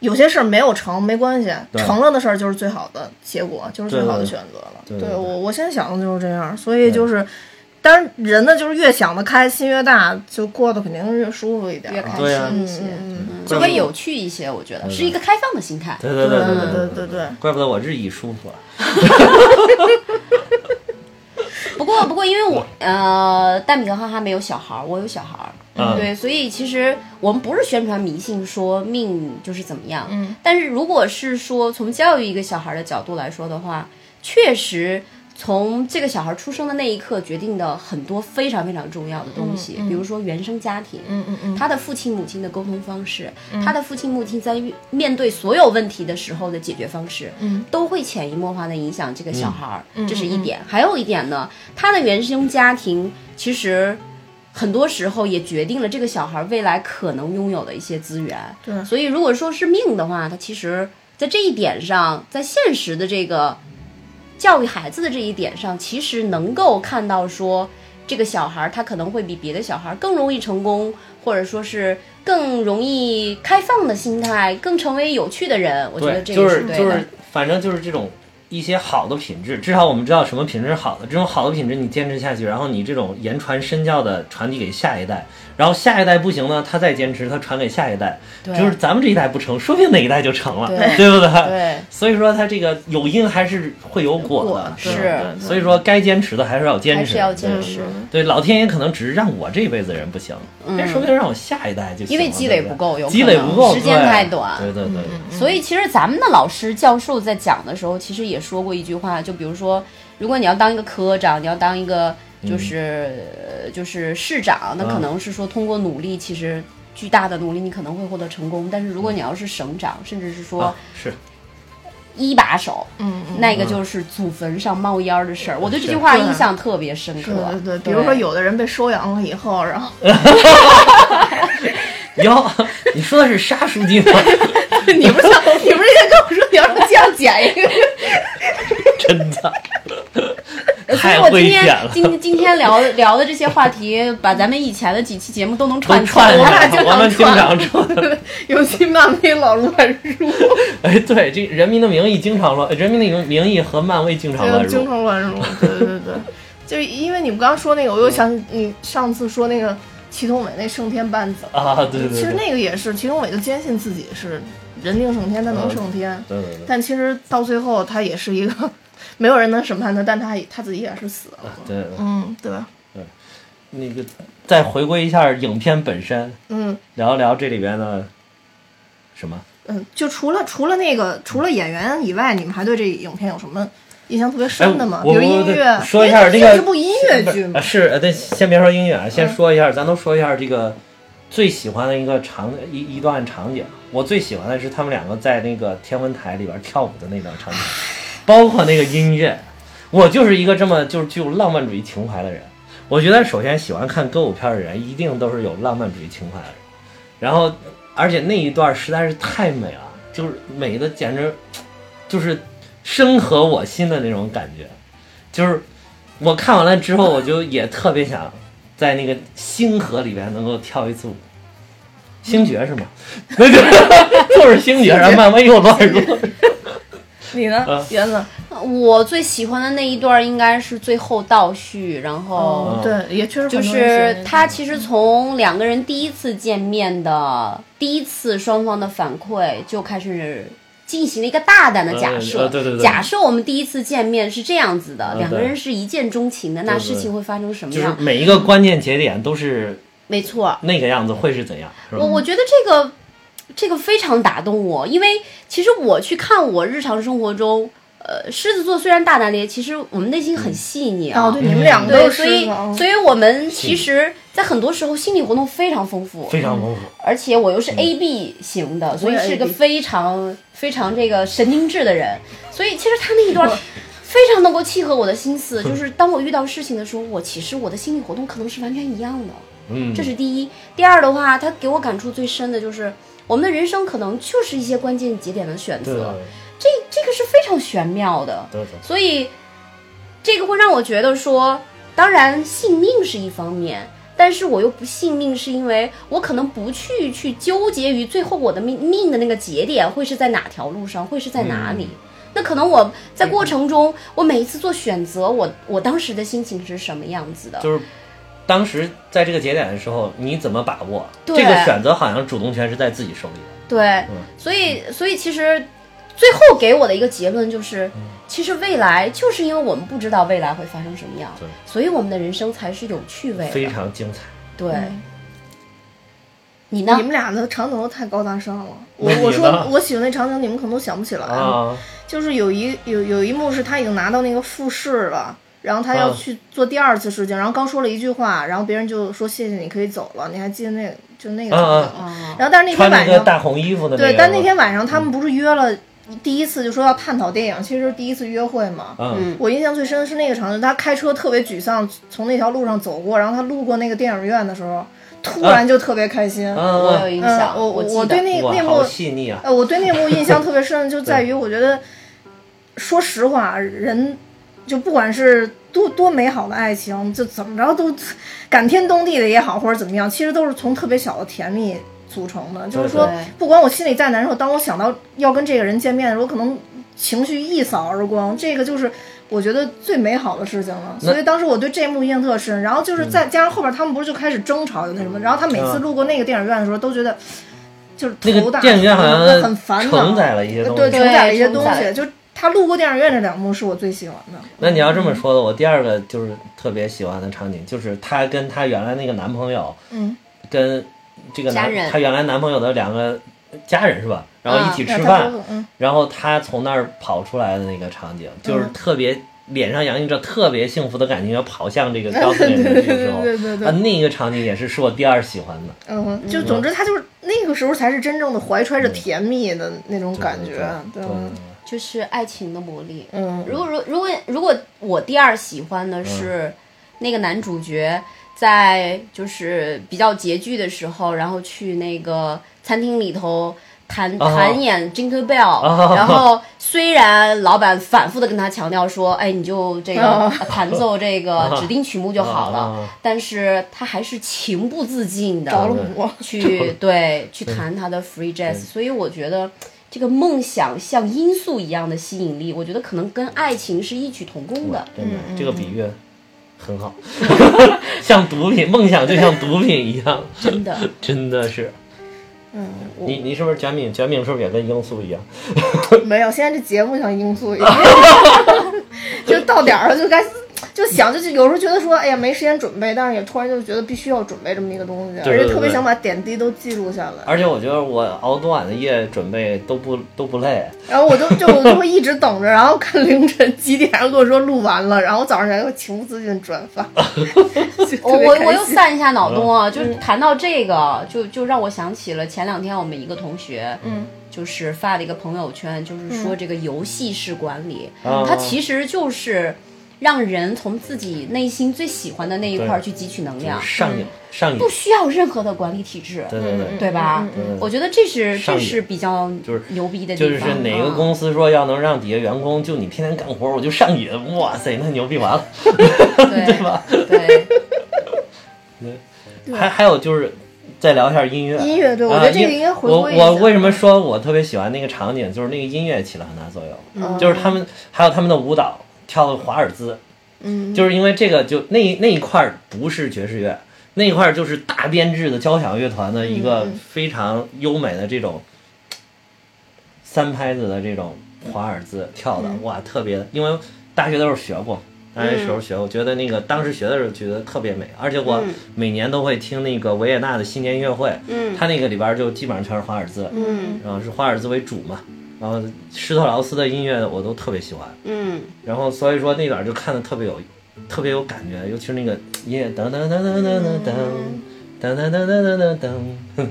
Speaker 1: 有些事儿没有成没关系，
Speaker 2: 对
Speaker 1: 成了的事儿就是最好的结果，就是最好的选择了。
Speaker 2: 对对对对对
Speaker 1: 我，我现在想的就是这样，所以就是，当然人呢就是越想得开，心越大，就过得肯定是越舒服一点儿
Speaker 3: 越
Speaker 1: 了。
Speaker 3: 开
Speaker 2: 对啊嗯
Speaker 3: 心一些，
Speaker 1: 嗯嗯
Speaker 3: 稍微有趣一些，我觉得是一个开放的心态。
Speaker 2: 对对对
Speaker 1: 对
Speaker 2: 对
Speaker 1: 对对对
Speaker 2: 怪不得我日益舒服啊。
Speaker 3: 不过不过，因为我呃，蛋米和哈哈没有小孩儿，我有小孩儿，
Speaker 2: 嗯
Speaker 3: 对，所以其实我们不是宣传迷信说命就是怎么样，嗯，但是如果是说从教育一个小孩儿的角度来说的话，确实。从这个小孩儿出生的那一刻，决定的很多非常非常重要的东西，比如说原生家庭，
Speaker 1: 嗯嗯嗯，
Speaker 3: 他的父亲母亲的沟通方式，他的父亲母亲在面对所有问题的时候的解决方式，
Speaker 1: 嗯
Speaker 3: 都会潜移默化的影响这个小孩儿，
Speaker 1: 嗯
Speaker 3: 这是一点。还有一点呢，他的原生家庭其实很多时候也决定了这个小孩儿未来可能拥有的一些资源。
Speaker 1: 对
Speaker 3: 所以如果说是命的话，他其实在这一点上，在现实的这个教育孩子的这一点上，其实能够看到说，这个小孩儿他可能会比别的小孩儿更容易成功，或者说是更容易开放的心态，更成为有趣的人。我觉得这
Speaker 2: 就
Speaker 3: 个
Speaker 2: 是
Speaker 3: 对的。
Speaker 2: 就是，反正就是这种一些好的品质，至少我们知道什么品质是好的。这种好的品质你坚持下去，然后你这种言传身教的传递给下一代，然后下一代不行呢，他再坚持，他传给下一代，
Speaker 3: 对
Speaker 2: 就是咱们这一代不成，说不定哪一代就成了，
Speaker 3: 对
Speaker 2: 不对？
Speaker 3: 对
Speaker 2: 所以说他这个有因还是会有果的，
Speaker 1: 是
Speaker 2: 对所以说该坚持的还是要坚持，
Speaker 3: 还是要
Speaker 1: 嗯
Speaker 3: 坚持，
Speaker 2: 对，老天爷可能只是让我这辈子人不行，但说不定让我下一代就行了
Speaker 3: 嗯因为积累不够
Speaker 2: 对
Speaker 3: 有
Speaker 2: 积累
Speaker 3: 可能
Speaker 2: 不够，
Speaker 3: 时间
Speaker 2: 对
Speaker 3: 太短嗯
Speaker 2: 对对对，
Speaker 3: 所
Speaker 2: 嗯
Speaker 3: 以其实咱们的老师教授在讲的时候，其实也说过一句话，就比如说，如果你要当一个科长，你要当一个就是、呃就是市长，那可
Speaker 2: 嗯
Speaker 3: 能是说通过努力，其实巨大的努力，你可能会获得成功。但是如果你要是省长，甚至是嗯说
Speaker 2: 嗯啊是
Speaker 3: 一把手，
Speaker 1: 嗯嗯
Speaker 3: 那个就是祖坟上冒烟儿的事儿。我对这
Speaker 2: 是
Speaker 3: 句话
Speaker 1: 对
Speaker 3: 印象特别深刻。
Speaker 1: 对对对，比如
Speaker 3: *laughs*
Speaker 1: 说有的人被收养了以后，然后 *laughs*
Speaker 2: 哟， *laughs* 你说的是杀书记吗？
Speaker 1: 你 *laughs* 不是想你不是先跟我说你要是这样剪一个，
Speaker 2: *laughs* 真的
Speaker 3: 所以
Speaker 2: *laughs* 太
Speaker 3: 我今
Speaker 2: 会剪
Speaker 3: 天
Speaker 2: 了，
Speaker 3: 今今天聊的聊的这些话题，把咱们以前的几期节目都能
Speaker 2: 都
Speaker 3: 串
Speaker 2: 串
Speaker 1: 我们
Speaker 2: 上
Speaker 1: 俩
Speaker 2: 了
Speaker 1: 经常
Speaker 2: 我们经常
Speaker 1: 串
Speaker 2: 串。
Speaker 3: *laughs*
Speaker 1: 尤其漫威 *laughs* 老乱入，
Speaker 2: 哎，对，这《人民的名义》经常乱，《人民的名义》和漫威经常乱
Speaker 3: 嗯
Speaker 1: 对，经
Speaker 2: 入。
Speaker 1: 常乱入，对对对对，就是因为你们刚刚说那个，我又想起你上次说那个祁同伟那胜天半子，
Speaker 2: 啊，对对对，
Speaker 1: 其实
Speaker 2: 对
Speaker 1: 那个也是祁同伟就坚信自己是人定胜天，他
Speaker 2: 嗯
Speaker 1: 能胜天，
Speaker 2: 对对对
Speaker 1: 但其实到最后他也是一个没有人能审判他，但他也他自己也是死了，
Speaker 2: 对对，
Speaker 1: 嗯，对吧？
Speaker 2: 那个再回归一下影片本身，
Speaker 1: 嗯。
Speaker 2: 聊一聊这里边的什么？
Speaker 1: 嗯，就除了除了那个除了演员以外，你们还对这影片有什么印象特别深的吗？
Speaker 2: 哎
Speaker 1: 比
Speaker 2: 我
Speaker 1: 如音
Speaker 2: 我
Speaker 1: 乐，
Speaker 2: 我说一
Speaker 1: 因为
Speaker 2: 下
Speaker 1: 它
Speaker 2: 这个
Speaker 1: 是部音乐剧
Speaker 2: *laughs* 啊，
Speaker 1: 嘛。
Speaker 2: 是，呃，对，先别说音乐啊，先
Speaker 1: 嗯
Speaker 2: 说一下，咱都说一下这个最喜欢的一个场一一段场景。我最喜欢的是他们两个在那个天文台里边跳舞的那段
Speaker 1: *laughs*
Speaker 2: 场景，包括那个音乐。我就是一个这么就是具有浪漫主义情怀的人。我觉得首先喜欢看歌舞片的人，一定都是有浪漫主义情怀的人。然后，而且那一段实在是太美了，就是美的简直就是深合我心的那种感觉。就是我看完了之后，我就也特别想在那个星河里边能够跳一次舞。星爵是吗？ *laughs* 那 *laughs* 就就是星爵，然后漫威又乱入。
Speaker 1: 你呢
Speaker 2: 嗯，
Speaker 1: 园子？
Speaker 3: 我最喜欢的那一段应该是最后倒叙，然后
Speaker 1: 哦，对，也确实
Speaker 3: 就
Speaker 1: 很多人
Speaker 3: 是
Speaker 1: 喜欢
Speaker 3: 他其实从两个人第一次见面的第一次双方的反馈就开始。进行了一个大胆的假设，
Speaker 2: 嗯呃对对对
Speaker 3: 假设我们第一次见面是这样子的，
Speaker 2: 嗯
Speaker 3: 两个
Speaker 2: 对
Speaker 3: 人是一见钟情的，那
Speaker 2: 对对
Speaker 3: 事情会发生什么
Speaker 2: 就是
Speaker 3: 样？
Speaker 2: 每一个关键节点都是
Speaker 3: 没错，
Speaker 2: 那个样子，会是怎样？是吧
Speaker 3: 我？
Speaker 1: 嗯
Speaker 3: 我觉得这个这个非常打动我，因为其实我去看我日常生活中，呃，狮子座虽然大大咧咧，其实我们内心很细腻啊。
Speaker 1: 哦，对，你们两个
Speaker 3: 对，
Speaker 1: 都
Speaker 3: 所
Speaker 1: 是
Speaker 3: 以
Speaker 1: 狮子啊，
Speaker 3: 所以我们其实，在很多时候心理活动非常丰富，
Speaker 2: 非常丰富。
Speaker 3: 而且我又是 A B 型的，所以
Speaker 1: 嗯我也
Speaker 3: 是一个
Speaker 1: AB
Speaker 3: 非常非常这个神经质的人，所以其实他那一段非常能够契合我的心思，就是当我遇到事情的时候，我其实我的心理活动可能是完全一样的，
Speaker 2: 嗯，
Speaker 3: 这是第一。第二的话，他给我感触最深的就是，我们的人生可能就是一些关键节点的选
Speaker 2: 对对啊
Speaker 3: 择，这这个是非常玄妙的。
Speaker 2: 对对
Speaker 3: 所以这个会让我觉得说，当然信命是一方面，但是我又不信命，是因为我可能不去去纠结于最后我的命命的那个节点会是在哪条路上，会是在哪里。
Speaker 2: 嗯
Speaker 3: 那可能我在过程中，我每一次做选择，我我当时的心情是什么样子的？
Speaker 2: 就是当时在这个节点的时候，你怎么把握？这
Speaker 3: 对
Speaker 2: 个选择好像主动权是在自己手里的。
Speaker 3: 对，
Speaker 2: 嗯
Speaker 3: 所以所以其实最后给我的一个结论就是，
Speaker 2: 嗯
Speaker 3: 其实未来就是因为我们不知道未来会发生什么样
Speaker 2: 对，
Speaker 3: 所以我们的人生才是有趣味
Speaker 2: 非
Speaker 3: 的。
Speaker 2: 常精彩。
Speaker 3: 对，
Speaker 1: 嗯
Speaker 3: 你呢
Speaker 1: 你？们俩的场景都太高大上了。我
Speaker 2: 那你
Speaker 1: 我说
Speaker 2: 呢
Speaker 1: 我喜欢那场景，你们可能都想不起来。
Speaker 2: 啊，
Speaker 1: 就是有一有有一幕是他已经拿到那个复试了，然后他要
Speaker 2: 啊
Speaker 1: 去做第二次试镜，然后刚说了一句话，然后别人就说谢谢你可以走了。你还记得那个就那个场景
Speaker 2: 啊
Speaker 1: 吗？
Speaker 3: 啊，
Speaker 1: 然后但是那天
Speaker 2: 穿那
Speaker 1: 晚
Speaker 2: 个
Speaker 1: 上，
Speaker 2: 大红衣服的那个嗯
Speaker 1: 对，
Speaker 2: 人
Speaker 1: 但那天晚上他们不是约了第一次就说要探讨电影，其实就是第一次约会嘛。
Speaker 2: 嗯，
Speaker 1: 我印象最深的是那个场景，他开车特别沮丧，从那条路上走过，然后他路过那个电影院的时候，突然就特别开心。
Speaker 3: 我有
Speaker 2: 嗯
Speaker 3: 啊印
Speaker 1: 嗯
Speaker 3: 象，，
Speaker 1: 我
Speaker 3: 我
Speaker 1: 我
Speaker 3: 记
Speaker 1: 对
Speaker 3: 得。
Speaker 1: 那
Speaker 2: 哇
Speaker 1: 那，幕
Speaker 2: 好细腻啊！
Speaker 1: 呃，我对那幕印象特别
Speaker 3: *laughs*
Speaker 1: 深，就在于我觉得，说实话，人就不管是多多美好的爱情，就怎么着都感天动地的也好，或者怎么样，其实都是从特别小的甜蜜组成的。就是说
Speaker 3: 对，
Speaker 1: 不管我心里再难受，当我想到要跟这个人见面的时候，我可能情绪一扫而光。这个就是。我觉得最美好的事情了，所以当时我对这一幕印象特深。然后就是再加上后边他们不是就开始争吵有那什么，然后他每次
Speaker 2: 嗯
Speaker 1: 路过那个电影院的时候，都觉得就是
Speaker 2: 那
Speaker 1: 头
Speaker 2: 个
Speaker 1: 大
Speaker 2: 电影院好
Speaker 1: 很很
Speaker 2: 像
Speaker 1: 烦
Speaker 2: 承
Speaker 1: 恼。
Speaker 2: 载了一些东
Speaker 1: 对，
Speaker 2: 西。
Speaker 1: 承载了一些
Speaker 3: 对
Speaker 1: 东
Speaker 3: 承载
Speaker 1: 西。就他路过电影院这两幕是我最喜欢的。
Speaker 2: 那你要这么说的，我第二个就是特别喜欢的场景，就是她跟她原来那个男朋友
Speaker 1: 嗯，
Speaker 2: 跟这个
Speaker 3: 家
Speaker 2: 男
Speaker 3: 人
Speaker 2: 她原来男朋友的两个家人是吧？然后一起
Speaker 1: 那
Speaker 2: 吃
Speaker 1: 他
Speaker 2: 饭
Speaker 1: 说，嗯
Speaker 2: 然后她从那儿跑出来的那个场景，就是特别脸上洋溢着特别幸福的感情，要跑向这个高斯人的时候，
Speaker 1: 对对对对
Speaker 2: 啊，那个场景也是是我第二喜欢的。
Speaker 1: 嗯，就总之他就是那个时候才是真正的怀揣着甜蜜的那种感觉，
Speaker 2: 对
Speaker 1: 嗯
Speaker 3: 就是爱情的魔力。
Speaker 1: 嗯
Speaker 3: 如果如如果如果我第二喜欢的
Speaker 2: 嗯
Speaker 3: 是那个男主角在就是比较拮据的时候，然后去那个餐厅里头弹
Speaker 2: 啊
Speaker 3: 弹演 Jingle Bell，、
Speaker 2: 啊
Speaker 3: 然后虽然老板反复的跟他强调说，哎，你就这个、
Speaker 1: 啊
Speaker 3: 弹奏这个指定曲目就好了，
Speaker 2: 啊啊啊
Speaker 3: 但是他还是情不自禁的
Speaker 1: 着了魔。
Speaker 3: 去对去弹他的 free jazz，所以我觉得这个梦想像因素一样的吸引力，我觉得可能跟爱情是异曲同工的。
Speaker 1: 嗯
Speaker 2: 真的，这个比喻很好， *laughs* 像毒品，梦想就像毒品一样，
Speaker 3: 真的，
Speaker 2: *laughs* 真的是。
Speaker 1: 嗯，
Speaker 2: 你你是不是卷饼？卷饼是不是也跟罂粟一样？
Speaker 1: 没有，现在这节目像罂粟一样， *laughs* 就到点儿了就该就想，就是有时候觉得说，哎呀没时间准备，但是也突然就觉得必须要准备这么一个东西，
Speaker 2: 对对
Speaker 1: 而且特别
Speaker 2: 对
Speaker 1: 想把点滴都记录下来。
Speaker 2: 而且我觉得我熬多晚的夜准备都不都不累，
Speaker 1: 然后我就就我就会一直等着，然后看凌晨几点跟我说录完了，然后早上起来又情不自禁转 *laughs* 发，就 *laughs*
Speaker 3: 我
Speaker 1: 特别
Speaker 3: 我
Speaker 1: 开
Speaker 3: 我又
Speaker 1: 心嗯
Speaker 3: 散一下脑洞啊，就是谈到这个，就就让我想起了前两天我们一个同学，
Speaker 1: 嗯，
Speaker 3: 就是发了一个朋友圈，就是说这个游戏式管理，
Speaker 2: 啊
Speaker 3: 它其实就是让人从自己内心最喜欢的那一块儿去汲取能量，
Speaker 2: 上瘾上瘾
Speaker 3: 不，需要任何的管理体制。
Speaker 2: 对对
Speaker 1: 嗯
Speaker 2: 对。
Speaker 3: 对吧？我觉得这是
Speaker 2: 嗯上
Speaker 3: 这
Speaker 2: 瘾
Speaker 3: 是比较
Speaker 2: 就是
Speaker 3: 牛逼的地
Speaker 2: 就
Speaker 3: 方，
Speaker 2: 是哪个公司说要能让底下员工就你天天干活，我就上瘾，哇塞，那牛逼完了，
Speaker 3: 嗯、对
Speaker 2: 对吧？
Speaker 3: 对，
Speaker 2: 还还有就是，再聊一下音乐。
Speaker 1: 音乐对我觉
Speaker 2: 啊
Speaker 1: 得这个
Speaker 2: 因
Speaker 1: 应该回
Speaker 2: 我
Speaker 1: 归一
Speaker 2: 我
Speaker 1: 下
Speaker 2: 为什么说我特别喜欢那个场景，就是那个音乐起了很大作用，
Speaker 1: 嗯
Speaker 2: *laughs* 就是他们还有他们的舞蹈跳的华尔兹，
Speaker 1: 嗯，
Speaker 2: 就是因为这个就那那一块儿不是爵士乐，那一块儿就是大编制的交响乐团的一
Speaker 3: 嗯
Speaker 2: 个非常优美的这种三拍子的这种华尔兹跳
Speaker 3: 嗯
Speaker 2: 的，哇，特别，因为大学的时候学过。大学时候学，我觉得那个当时学的时候觉得特别美，而且我每年都会听那个维也纳的新年音乐会，
Speaker 3: 嗯
Speaker 2: 它那个里边儿就基本上全是华尔兹，
Speaker 3: 嗯
Speaker 2: 然后是华尔兹为主嘛，然后施特劳斯的音乐我都特别喜欢，
Speaker 3: 嗯，
Speaker 2: 然后所以说那点儿就看的特别有，特别有感觉，尤其是那个音乐噔噔噔噔噔噔噔噔噔噔噔噔噔，哼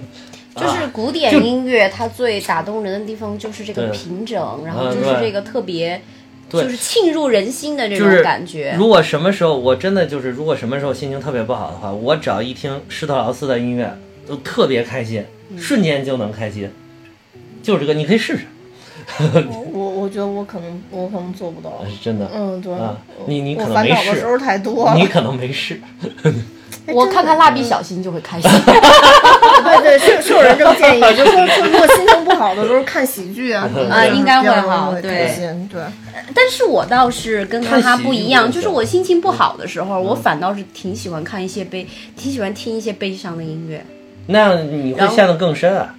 Speaker 2: 啊
Speaker 3: 就是古典音乐它最打动人的地方就是这个
Speaker 2: 对
Speaker 3: 平整，然后
Speaker 2: 啊
Speaker 3: 就是
Speaker 2: 对
Speaker 3: 这个特别，
Speaker 2: 对
Speaker 3: 就是沁入人心的这
Speaker 2: 就
Speaker 3: 种
Speaker 2: 是
Speaker 3: 感觉。
Speaker 2: 如果什么时候我真的就是如果什么时候心情特别不好的话，我只要一听施特劳斯的音乐，都特别开心，
Speaker 3: 嗯
Speaker 2: 瞬间就能开心，就这个你可以试试，
Speaker 1: 我我我觉得我可能我可能做不到，
Speaker 2: 是哎真的，
Speaker 1: 嗯，对，
Speaker 2: 啊
Speaker 1: 我
Speaker 2: 你你可能
Speaker 1: 我烦
Speaker 2: 没
Speaker 1: 恼的
Speaker 2: 事
Speaker 1: 时候太多了，
Speaker 2: 你可能没试，
Speaker 3: 我看看蜡笔小新就会开
Speaker 2: *laughs*
Speaker 3: 心。
Speaker 1: 对对，是是有人这么建议， *laughs* 就说说如果心情不好的时候看喜剧啊，对
Speaker 3: 啊应该会好
Speaker 1: 比较容易
Speaker 3: 对
Speaker 1: 开心，对，
Speaker 3: 但是我倒是跟哈哈不一
Speaker 2: 看
Speaker 3: 样，
Speaker 2: 喜剧
Speaker 3: 就是我心情不好的时
Speaker 2: 嗯
Speaker 3: 候，我反倒是挺喜欢看一些悲，挺喜欢听一些悲伤的音乐。
Speaker 2: 那你会陷得更深啊，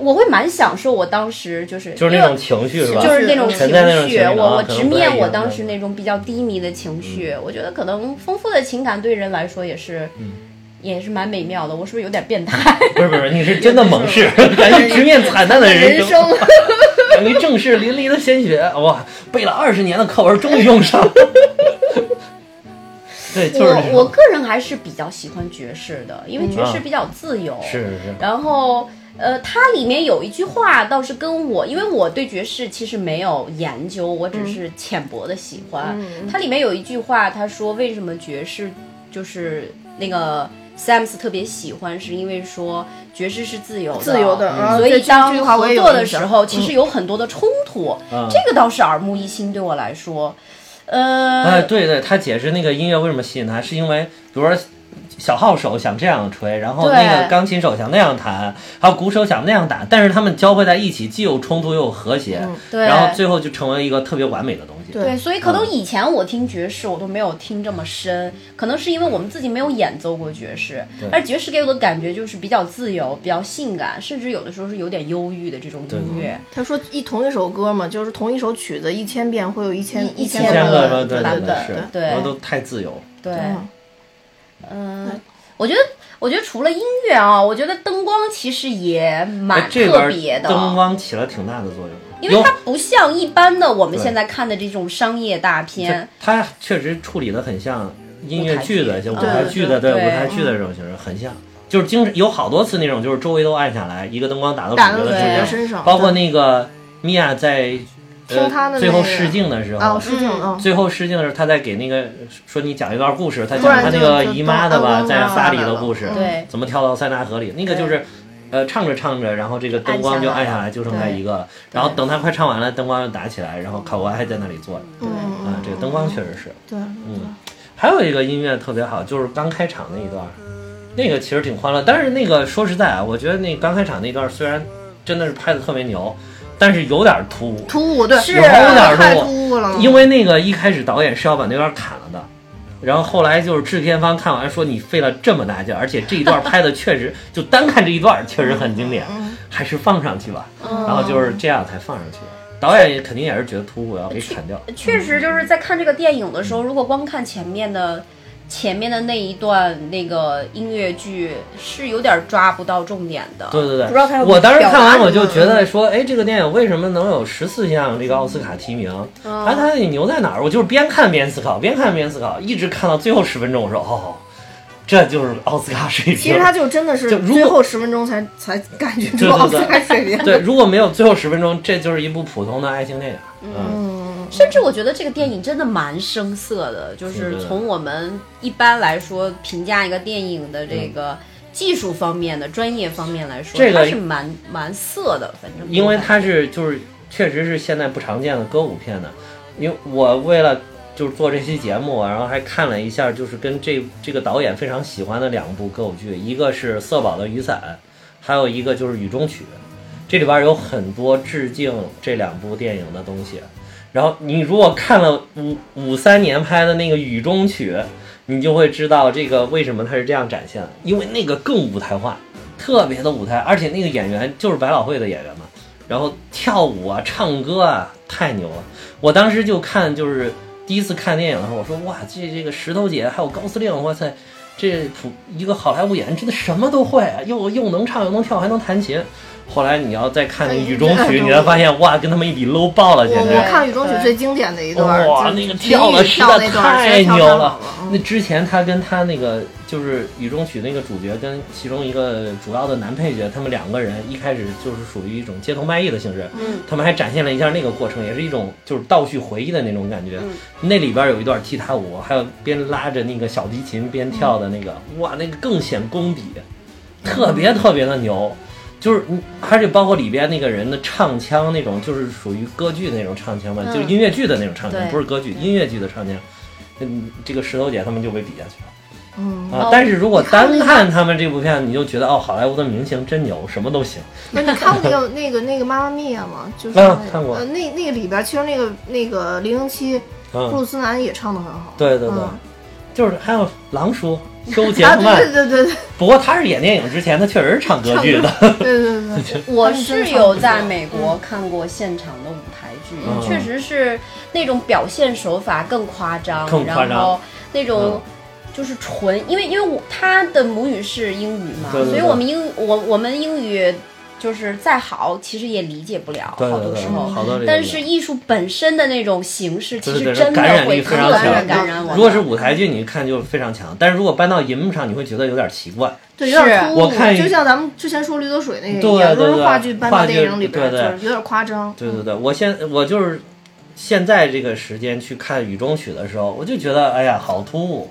Speaker 3: 我会蛮享受我当时就是
Speaker 2: 就是
Speaker 3: 因
Speaker 2: 那
Speaker 3: 为
Speaker 2: 种情绪是吧？
Speaker 3: 就是那种情
Speaker 2: 沉在那种
Speaker 3: 绪，
Speaker 2: 情绪
Speaker 3: 我我
Speaker 2: 可能
Speaker 3: 直
Speaker 2: 不太
Speaker 3: 面
Speaker 2: 一
Speaker 3: 我
Speaker 2: 样嗯
Speaker 3: 当时那种比较低迷的情绪，我觉得可能丰富的情感对人来说也是，也是蛮美妙的。我是不是有点变态？
Speaker 2: 不是不是，你是真的猛 *laughs* 士，敢于直面惨淡的人
Speaker 1: 人
Speaker 2: 生， *laughs*
Speaker 1: 生
Speaker 2: 敢于正视淋漓的鲜血，哇，背了二十年的课文终于用上。 *laughs* 对， *laughs* 就是这
Speaker 3: 我我
Speaker 2: 种
Speaker 3: 个人还是比较喜欢爵士的，因为爵士
Speaker 2: 啊
Speaker 3: 比较自由。
Speaker 2: 是是是，
Speaker 3: 然后，呃，它里面有一句话倒是跟我，因为我对爵士其实没有研究，我只是浅薄的喜欢。
Speaker 1: 嗯
Speaker 3: 它里面有一句话，他说为什么爵士就是那个 Sam's 特别喜欢，是因为说爵士是自由的，嗯
Speaker 1: 自由的啊
Speaker 3: 所以
Speaker 1: 这这
Speaker 3: 当
Speaker 1: 句话我
Speaker 3: 合
Speaker 1: 也有
Speaker 3: 作的
Speaker 1: 印象
Speaker 3: 时候，其实有很多的冲突，
Speaker 2: 嗯
Speaker 3: 这个倒是耳目一新，对我来说，呃，
Speaker 2: 哎，对对，他解释那个音乐为什么吸引他，是因为比如说。小号手想这样吹，然后那个
Speaker 3: 对
Speaker 2: 钢琴手想那样弹，还有鼓手想那样打，但是他们交汇在一起，既有冲突又有和谐，
Speaker 3: 嗯对
Speaker 2: 然后最后就成为一个特别完美的东西。
Speaker 1: 对
Speaker 3: 对，所以可
Speaker 2: 嗯
Speaker 3: 能以前我听爵士，我都没有听这么深，可能是因为我们自己没有演奏过爵士。而爵士给我的感觉就是比较自由、比较性感，甚至有的时候是有点忧郁的这种音乐。
Speaker 1: 他说一同一首歌嘛，就是同一首曲子一千遍会有一千
Speaker 3: 一
Speaker 1: 千
Speaker 2: 一千
Speaker 1: 个
Speaker 2: 个吧，
Speaker 1: 对
Speaker 2: 对
Speaker 1: 对
Speaker 2: 对是，
Speaker 3: 对
Speaker 2: 然后都太自由。
Speaker 3: 对，
Speaker 1: 嗯
Speaker 3: 嗯、我觉得，我觉得除了音乐啊，我觉得灯光其实也
Speaker 2: 哎
Speaker 3: 蛮
Speaker 2: 这
Speaker 3: 特
Speaker 2: 边
Speaker 3: 别的，
Speaker 2: 灯光起了挺大的作用，
Speaker 3: 因为
Speaker 2: 有
Speaker 3: 它不像一般的我们
Speaker 2: 对
Speaker 3: 现在看的这种商业大片，
Speaker 2: 他确实处理的很像音乐剧的，像舞台
Speaker 3: 台剧
Speaker 2: 剧的，
Speaker 3: 对
Speaker 2: 舞
Speaker 3: 对
Speaker 2: 台剧的这种形式很像。就是经常有好多次那种，就是周围都暗下来，一个灯光打到主
Speaker 1: 打到
Speaker 2: 角的
Speaker 3: 主角
Speaker 2: 身
Speaker 1: 身上
Speaker 2: 包括那个米娅在呃
Speaker 1: 听他的那
Speaker 2: 最
Speaker 1: 个
Speaker 2: 后试镜的时
Speaker 1: 啊，我
Speaker 2: 候，
Speaker 1: 失敬啊，
Speaker 2: 嗯最后试镜的时候，他在给那个说你讲一段故事，他
Speaker 1: 突
Speaker 2: 讲
Speaker 1: 然
Speaker 2: 他那
Speaker 1: 就
Speaker 2: 个
Speaker 1: 就
Speaker 2: 姨妈的吧，
Speaker 1: 都
Speaker 2: 在
Speaker 1: 都
Speaker 2: 巴黎
Speaker 1: 明白
Speaker 2: 的
Speaker 1: 了
Speaker 2: 故事，
Speaker 1: 嗯
Speaker 3: 对
Speaker 2: 怎么跳到塞纳河里？那个就是，呃，唱着唱着，然后这个灯光就暗下来，就剩下一个了。然后等他快唱完了，灯光又打起来，然后考官还在那里坐着。
Speaker 3: 对
Speaker 1: 嗯
Speaker 2: 啊，这个灯光确实是。
Speaker 1: 对，
Speaker 2: 嗯，还有一个音乐特别好，就是刚开场那一段儿，那个其实挺欢乐。但是那个说实在啊，我觉得那刚开场那段儿虽然真的是拍的特别牛，但是有点儿突兀，
Speaker 1: 突兀，对，
Speaker 3: 是
Speaker 2: 有点
Speaker 1: 太
Speaker 2: 儿突兀。
Speaker 1: 突兀
Speaker 3: 嗯
Speaker 1: 了，嗯
Speaker 2: 因为那个一开始导演是要把那段砍了的，然后后来就是制片方看完说你费了这么大劲儿，而且这一段拍的确实就单看这一段确实很经典，还是放上去吧。
Speaker 3: 嗯
Speaker 2: 然后就是这样才放上去的。导演也肯定也是觉得突兀，要给砍掉。
Speaker 3: 确实就是在看这个电影的时候，
Speaker 2: 嗯
Speaker 3: 如果光看前面的前面的那一段那个音乐剧，是有点抓不到重点的。
Speaker 2: 对对对，
Speaker 3: 不知道他有没有
Speaker 2: 我当时看完我就
Speaker 1: 表达
Speaker 2: 觉得说，哎，这个电影为什么能有十四项这个奥斯卡提名？
Speaker 3: 嗯
Speaker 2: 哎，它牛在哪儿？我就是边看边思考，边看边思考，一直看到最后十分钟，我说哦，这就是奥斯卡水平。
Speaker 3: *laughs*
Speaker 1: 其实他就真的是
Speaker 2: 就如果
Speaker 1: 最后十分钟才才感觉出
Speaker 2: 对对对
Speaker 1: 奥斯卡水 *laughs* 平，
Speaker 2: 对，如果没有最后十分钟，这就是一部普通的爱情电影。嗯，
Speaker 1: 嗯，
Speaker 3: 甚至我觉得这个电影真的蛮生涩的，就是从我们一般来说评价一个电影的这个技术方面的、专业方面来说，
Speaker 2: 嗯这个
Speaker 3: 它是蛮蛮涩的，反正
Speaker 2: 因为它是就是确实是现在不常见的歌舞片呢。因为我为了就是做这期节目，然后还看了一下，就是跟这这个导演非常喜欢的两部歌舞剧，一个是《色宝的雨伞》，还有一个就是《雨中曲》。这里边有很多致敬这两部电影的东西。然后你如果看了五五三年拍的那个《雨中曲》，你就会知道这个为什么它是这样展现的，因为那个更舞台化，特别的舞台，而且那个演员就是百老汇的演员嘛，然后跳舞啊、唱歌啊，太牛了！我当时就看，就是第一次看电影的时候，我说哇，这这个石头姐还有高司令，哇塞，这普一个好莱坞演员真的什么都会，啊又又能唱又能跳还能弹琴。后来你要再看那个《雨中曲》，你才发现哇，跟他们一比 low 爆了，
Speaker 1: 我
Speaker 2: 简直！
Speaker 1: 我看《雨中曲
Speaker 3: 对》
Speaker 1: 最经典的一段，
Speaker 2: 哇，
Speaker 1: 就
Speaker 2: 那个
Speaker 1: 是
Speaker 2: 跳
Speaker 1: 林
Speaker 2: 的实
Speaker 1: 雨跳
Speaker 2: 在
Speaker 1: 那段
Speaker 2: 太
Speaker 1: 实在跳
Speaker 2: 牛
Speaker 1: 太好
Speaker 2: 了
Speaker 1: 了。嗯
Speaker 2: 那之前他跟他那个就是《雨中曲》那个主角跟其中一个主要的男配角，他们两个人一开始就是属于一种街头卖艺的形式，
Speaker 3: 嗯，
Speaker 2: 他们还展现了一下那个过程，也是一种就是倒叙回忆的那种感
Speaker 1: 嗯
Speaker 2: 觉。那里边有一段踢踏舞，还有边拉着那个小提琴边跳的那个，哇，那个更显功底，特别特别的牛。就是你，而且包括里边那个人的唱腔那种，就是属于歌剧那种唱腔嘛，
Speaker 3: 嗯
Speaker 2: 就是音乐剧的那种唱腔，
Speaker 3: 对
Speaker 2: 不是歌剧，音乐剧的唱腔。嗯，这个石头姐他们就被比下去了。
Speaker 1: 嗯
Speaker 2: 啊
Speaker 3: 哦，
Speaker 2: 但是如果
Speaker 1: 你看
Speaker 2: 单
Speaker 1: 那个
Speaker 2: 看他们这部片，你就觉得哦，好莱坞的明星真牛，什么都行。
Speaker 1: 那你看过那个那个那个《妈妈咪呀》
Speaker 2: *laughs*
Speaker 1: 吗？就是
Speaker 2: 啊
Speaker 1: 那
Speaker 2: 看过
Speaker 1: 呃那那个里边其实那个那个零零七布
Speaker 2: 嗯，
Speaker 1: 鲁斯南也唱的很好。
Speaker 2: 对对对，
Speaker 1: 嗯
Speaker 2: 就是还有狼
Speaker 3: *laughs*
Speaker 2: 叔周杰
Speaker 1: 啊，
Speaker 2: 克曼
Speaker 1: 对，对对对对
Speaker 2: 不过他是演电影之前，他确实是唱歌剧的。
Speaker 1: 对对对对，
Speaker 3: 我是有在美国看过现场的舞台剧，
Speaker 2: 嗯
Speaker 3: 确实是那种表现手法更夸张，
Speaker 2: 更夸张
Speaker 3: 然后那
Speaker 2: 嗯
Speaker 3: 种。就是纯，因为因为我他的母语是英语嘛，
Speaker 2: 对对对
Speaker 3: 所以我们英我我们英语就是再好，其实也理解不了，
Speaker 2: *laughs* 对
Speaker 3: 好
Speaker 2: 对
Speaker 3: 多
Speaker 2: 对
Speaker 3: 时，候。
Speaker 2: 好多这个。
Speaker 3: 但是艺术本身的那种形式，其
Speaker 2: 对对
Speaker 3: 实
Speaker 2: 对
Speaker 3: 真的
Speaker 2: 感染力
Speaker 3: 会
Speaker 2: 非
Speaker 3: 特
Speaker 2: 常
Speaker 3: 别
Speaker 1: 强
Speaker 3: 感染我们。
Speaker 2: 如果是舞台剧，你看就非常强，但是如果搬到银幕上，你会觉得有点奇怪。
Speaker 1: 对有点
Speaker 3: 是
Speaker 1: 突
Speaker 2: 我看
Speaker 1: 兀，啊就像咱们之前说《驴得水》那个一
Speaker 2: 对
Speaker 1: 样，
Speaker 2: 对
Speaker 1: 都
Speaker 2: 对
Speaker 1: 是话剧搬
Speaker 2: 话
Speaker 1: 到
Speaker 2: 剧
Speaker 1: 电影里边，
Speaker 2: 对对
Speaker 1: 就是有点夸张。
Speaker 2: 对对对，我现我就是现在这个时间去看《雨中曲》的时候，我就觉得哎呀，好突兀，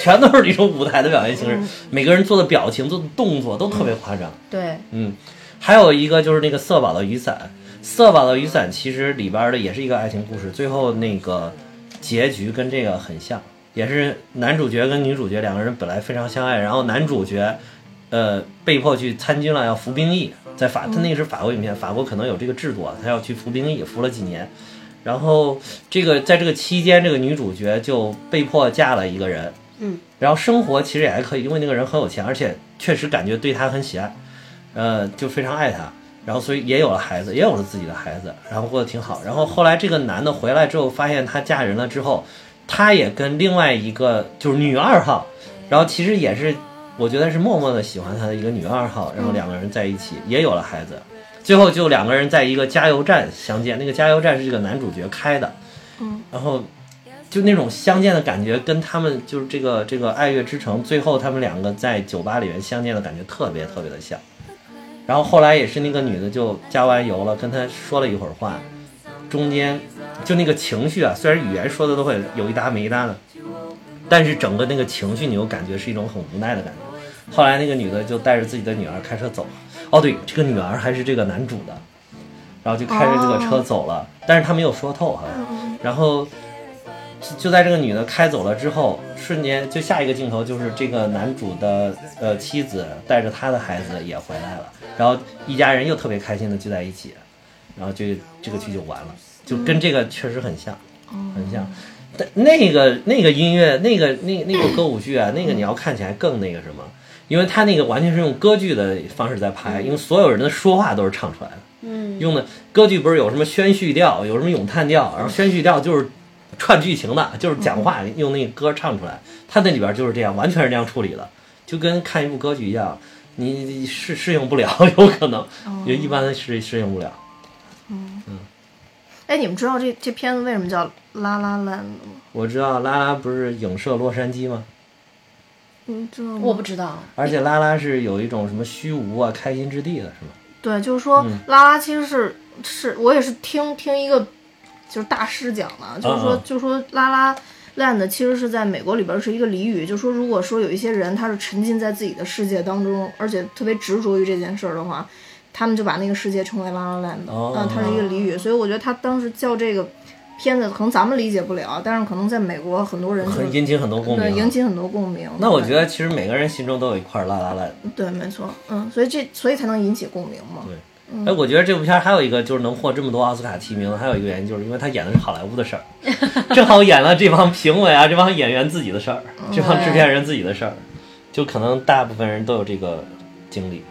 Speaker 2: 全都是一种舞台的表现形式，每个人做的表情、做的动作都特别夸张。
Speaker 3: 对，
Speaker 2: 嗯，还有一个就是那个色宝的雨伞，色宝的雨伞其实里边的也是一个爱情故事，最后那个结局跟这个很像，也是男主角跟女主角两个人本来非常相爱，然后男主角呃被迫去参军了，要服兵役，在法他那个是法国影片，法国可能有这个制度啊，他要去服兵役，服了几年。然后这个在这个期间，这个女主角就被迫嫁了一个人，
Speaker 3: 嗯，
Speaker 2: 然后生活其实也还可以，因为那个人很有钱，而且确实感觉对她很喜爱，呃，就非常爱她，然后所以也有了孩子，也有了自己的孩子，然后过得挺好。然后后来这个男的回来之后，发现她嫁人了之后，他也跟另外一个就是女二号，然后其实也是我觉得是默默的喜欢他的一个女二号，然后两个人在一起也有了孩子，最后就两个人在一个加油站相见，那个加油站是这个男主角开的，嗯，然后就那种相见的感觉，跟他们就是这个这个《爱乐之城》最后他们两个在酒吧里面相见的感觉特别特别的像。然后后来也是那个女的就加完油了，跟他说了一会儿话，中间就那个情绪啊，虽然语言说的都会有一搭没一搭的，但是整个那个情绪你又感觉是一种很无奈的感觉。后来那个女的就带着自己的女儿开车走了。哦，对，这个女儿还是这个男主的，然后就开着这个车走了，但是他没有说透哈、然后就就在这个女的开走了之后，瞬间就下一个镜头就是这个男主的呃妻子带着他的孩子也回来了，然后一家人又特别开心的聚在一起，然后就这个剧就完了，就跟这个确实很像，很像。但那个那个音乐，那个那那个歌舞剧啊，那个你要看起来更那个什么，因为他那个完全是用歌剧的方式在拍，因为所有人的说话都是唱出来的。嗯，用的歌剧不是有什么宣叙调，有什么咏叹调，然后宣叙调就是串剧情的，就是讲话用那个歌唱出来。他那里边就是这样，完全是这样处理的，就跟看一部歌剧一样，你你适适应不了， *laughs* 有可能，也一般的适适应不了。
Speaker 1: 哎，你们知道这这片子为什么叫《拉拉烂》吗？
Speaker 2: 我知道拉拉不是影射洛杉矶吗？
Speaker 1: 你知道吗？
Speaker 3: 我不知道，
Speaker 2: 而且拉拉是有一种什么虚无啊、开心之地的，是吗？
Speaker 1: 对，就是说、
Speaker 2: 嗯
Speaker 1: 拉拉其实是是我也是听听一个就是大师讲的，就是说、
Speaker 2: 嗯嗯
Speaker 1: 就说拉拉 land 其实是在美国里边是一个俚语，就说如果说有一些人他是沉浸在自己的世界当中，而且特别执着于这件事儿的话，他们就把那个世界称为拉拉 land，
Speaker 2: 哦
Speaker 1: 嗯，它是一个俚语，所以我觉得他当时叫这个片子，可能咱们理解不了，但是可能在美国很多人就
Speaker 2: 很引起很多共鸣
Speaker 1: 嗯对
Speaker 2: 啊。
Speaker 1: 引起很多共鸣。
Speaker 2: 那我
Speaker 1: 对
Speaker 2: 觉得其实每个人心中都有一块拉拉烂。
Speaker 1: 对，没错，嗯，所以这所以才能引起共鸣嘛。
Speaker 2: 对，哎，我觉得这部片儿还有一个就是能获这么多奥斯卡提名，还有一个原因就是因为他演的是好莱坞的事儿，正好演了这帮评委啊，这帮演员自己的事儿，这帮制片人自己的事儿，就可能大部分人都有这个经历。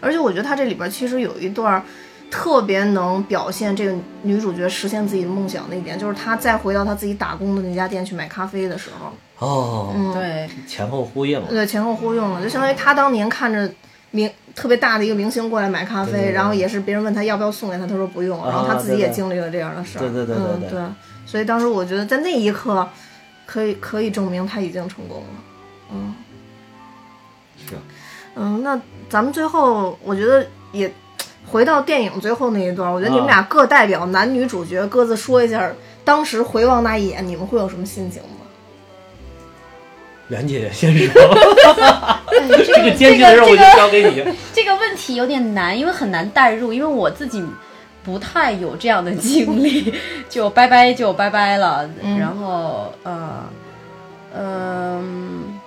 Speaker 1: 而且我觉得它这里边其实有一段儿特别能表现这个女主角实现自己梦想的一点，就是她再回到她自己打工的那家店去买咖啡的时候，
Speaker 2: 哦，
Speaker 3: 对，
Speaker 2: 前后呼应了。
Speaker 1: 对前后呼应了，就相当于她当年看着明特别大的一个明星过来买咖
Speaker 2: 对
Speaker 1: 啡，
Speaker 2: 对啊
Speaker 1: 然后也是别人问她要不要送给她，她说不用，然后她自己也经历了这样的事儿，
Speaker 2: 对对对对
Speaker 1: 嗯
Speaker 2: 对
Speaker 1: 对，所以当时我觉得在那一刻，可以可以证明她已经成功了。
Speaker 2: 是，
Speaker 1: 嗯，那咱们最后，我觉得也回到电影最后那一段儿，我觉得你们
Speaker 2: 啊
Speaker 1: 俩各代表男女主角各自说一下儿，当时回望那一眼，你们会有什么心情吗？
Speaker 2: 袁姐姐先说， *laughs* 这
Speaker 3: 这
Speaker 2: 个艰巨的任务就交给你。
Speaker 3: 这个问题有点难，因为很难代入，因为我自己不太有这样的经历， *laughs* 就拜拜就拜拜了。然后呃，嗯、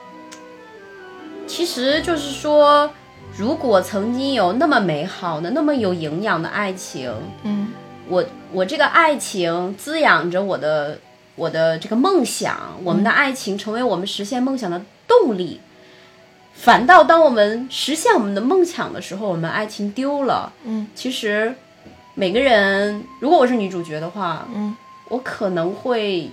Speaker 3: 其实就是说，如果曾经有那么美好的、那么有营养的爱情，
Speaker 1: 嗯
Speaker 3: 我我这个爱情滋养着我的我的这个梦想，我们的爱情成为我们实现梦想的动力。反倒当我们实现我们的梦想的时候，我们爱情丢了。
Speaker 1: 嗯
Speaker 3: 其实，每个人，如果我是女主角的话，
Speaker 1: 嗯
Speaker 3: 我可能会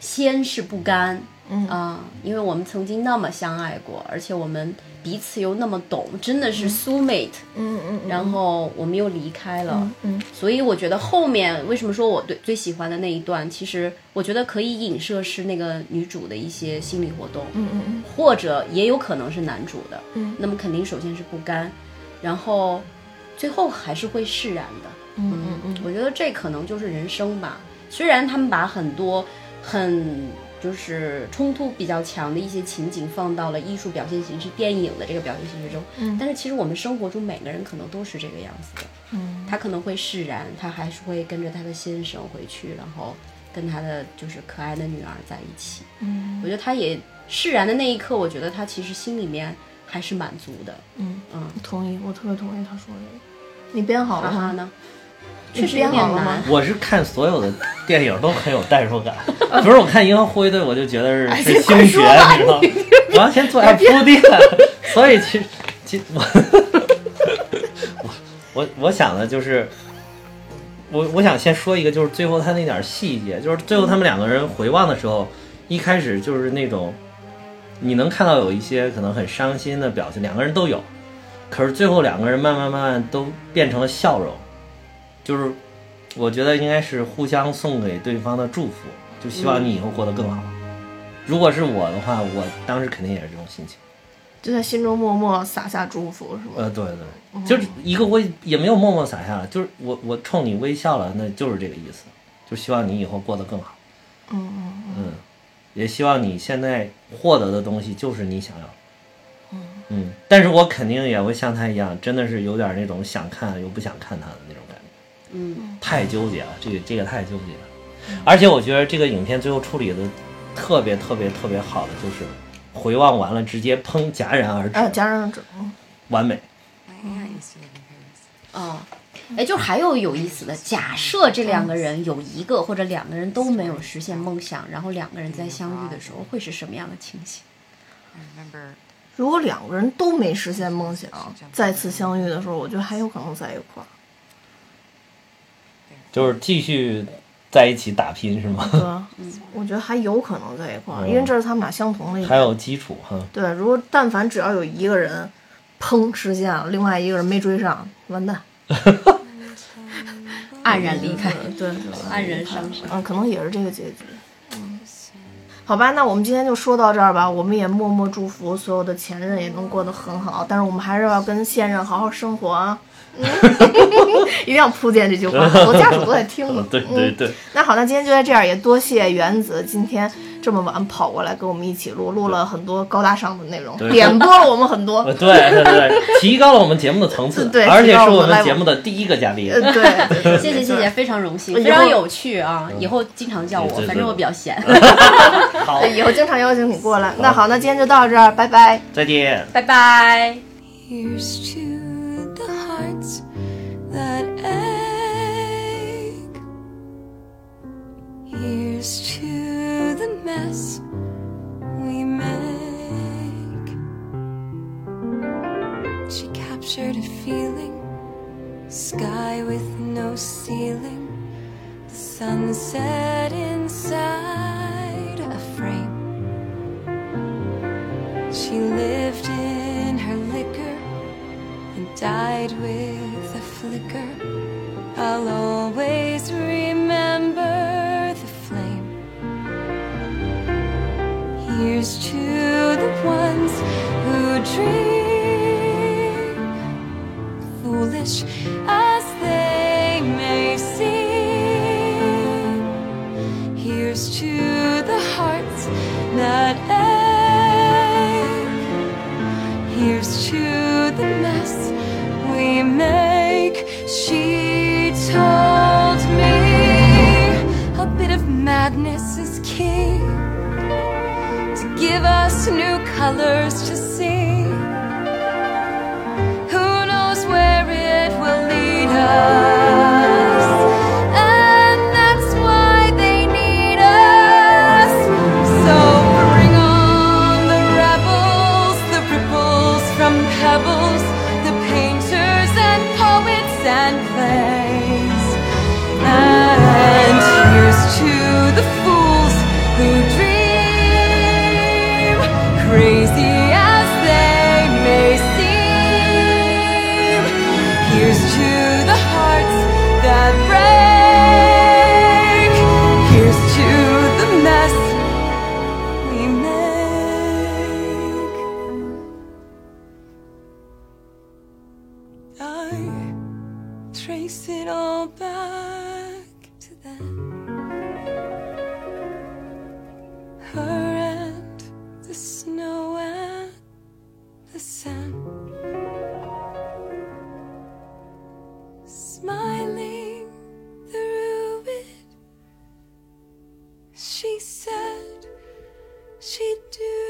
Speaker 3: 先是不甘，
Speaker 1: 嗯
Speaker 3: 啊、因为我们曾经那么相爱过，而且我们彼此又那么懂，真的是 soul mate、
Speaker 1: 嗯嗯
Speaker 3: 然后我们又离开了，
Speaker 1: 嗯
Speaker 3: 所以我觉得后面为什么说我对最喜欢的那一段，其实我觉得可以影射是那个女主的一些心理活动，
Speaker 1: 嗯嗯
Speaker 3: 或者也有可能是男主的。
Speaker 1: 嗯，
Speaker 3: 那么肯定首先是不甘，然后最后还是会释然的。
Speaker 1: 嗯嗯嗯
Speaker 3: 我觉得这可能就是人生吧。虽然他们把很多很就是冲突比较强的一些情景放到了艺术表现形式、电影的这个表现形式中，
Speaker 1: 嗯
Speaker 3: 但是其实我们生活中每个人可能都是这个样子的。
Speaker 1: 嗯，
Speaker 3: 他可能会释然，他还是会跟着他的先生回去，然后跟他的就是可爱的女儿在一起。
Speaker 1: 嗯，
Speaker 3: 我觉得他也释然的那一刻，我觉得他其实心里面还是满足的。
Speaker 1: 嗯
Speaker 3: 嗯，
Speaker 1: 同意，我特别同意他说的这个。你编好
Speaker 3: 哈
Speaker 1: 了
Speaker 3: 哈
Speaker 1: 吗？
Speaker 3: 呢？
Speaker 1: 你
Speaker 3: 确实有
Speaker 1: 嗯编
Speaker 3: 点
Speaker 1: 好了吗
Speaker 3: 难。
Speaker 2: 我是看所有的电影都很有代入感，不是我看《银河护卫队》，我就觉得是是星爵，哎你知哎道吗？我要先做下铺垫，所以其实其我我我我想的就是，我我想先说一个，就是最后他那点儿细节，就是最后他们两个人回望的时候，一开始就是那种你能看到有一些可能很伤心的表情，两个人都有，可是最后两个人慢慢慢慢都变成了笑容，就是我觉得应该是互相送给对方的祝福，就希望你以后过得更好。如果是我的话，我当时肯定也是这种心情。
Speaker 1: 就在心中默默撒下祝福，是吗？
Speaker 2: 呃，对对，就是一个微也没有默默撒下来，就是我我冲你微笑了，那就是这个意思，就希望你以后过得更好。嗯嗯嗯，也希望你现在获得的东西就是你想要的。嗯，但是我肯定也会像他一样，真的是有点那种想看又不想看他的那种感觉，
Speaker 3: 嗯，
Speaker 2: 太纠结了，这个这个太纠结了。而且我觉得这个影片最后处理的特别特别特别好的就是，回望完了直接砰戛然而
Speaker 1: 哎，
Speaker 2: 止，
Speaker 1: 加上这，嗯
Speaker 2: 完美。
Speaker 3: 哦，哎，就是还有有意思的，假设这两个人有一个或者两个人都没有实现梦想，然后两个人在相遇的时候会是什么样的情形？
Speaker 1: 如果两个人都没实现梦想，再次相遇的时候，我觉得还有可能在一块儿。
Speaker 2: 就是继续在一起打拼是吗？
Speaker 1: 对吧，我觉得还有可能在一块儿，因为这是他们俩相同的一
Speaker 2: 嗯还
Speaker 1: 点。
Speaker 2: 有基础哈，。
Speaker 1: 对，如果但凡只要有一个人，砰实现了，另外一个人没追上，完蛋。
Speaker 3: 黯然离开，
Speaker 1: 嗯 *laughs* 对，对
Speaker 3: 黯然伤神。
Speaker 1: 嗯，可能也是这个结局。嗯，好吧，那我们今天就说到这儿吧。我们也默默祝福所有的前任也能过得很好，但是我们还是要跟现任好好生活啊。嗯， *laughs* 一定要铺垫这句话，好多家属都在听呢嗯
Speaker 2: *laughs* 对对对，
Speaker 1: 那好，那今天就在这样，也多谢原子今天这么晚跑过来跟我们一起录，录了很多高大上的内容，
Speaker 2: 对
Speaker 1: 点拨了我们很
Speaker 2: *laughs*
Speaker 1: 多
Speaker 2: 呃。对对对，提高了我们节目的层次，
Speaker 1: *laughs* 对
Speaker 2: 而且
Speaker 1: 提高
Speaker 2: 是
Speaker 1: 了我
Speaker 2: 我
Speaker 1: 们
Speaker 2: 们
Speaker 1: level
Speaker 2: 节目的第一个嘉宾
Speaker 1: 呃，，对对，对
Speaker 3: 谢谢谢谢，。非常荣幸，
Speaker 1: 以后
Speaker 3: 非常有趣啊！以后经常叫我，
Speaker 2: 对对对
Speaker 3: 反正我比较闲。
Speaker 2: *laughs* 好
Speaker 1: 对，以后经常邀请你过来。那好，那今天就到这儿，拜拜。
Speaker 2: 再见。
Speaker 3: 拜拜。
Speaker 4: Here's to the hearts that ache. Here's to the mess we make. She captured a feeling, sky with no ceiling, the sunset inside a frame. She lived in her liquor and died with a flicker. I'll always remember the flame. Here's to the ones who dream, foolish as they may seem. Here's to the hearts that ache. Here's to the mess we make. She told me a bit of madness is key to give us new colors to see. Who knows where it will lead us? And that's why they need us. So bring on the rebels, the ripples from pebbles, the painters and poets and plays. And here's to the fools who dream, crazy as they may seem. Here's to the hearts that break. Here's to the mess we make. I trace it all back to then. Her and the snow and the sun. Smiling through it, she said she'd do.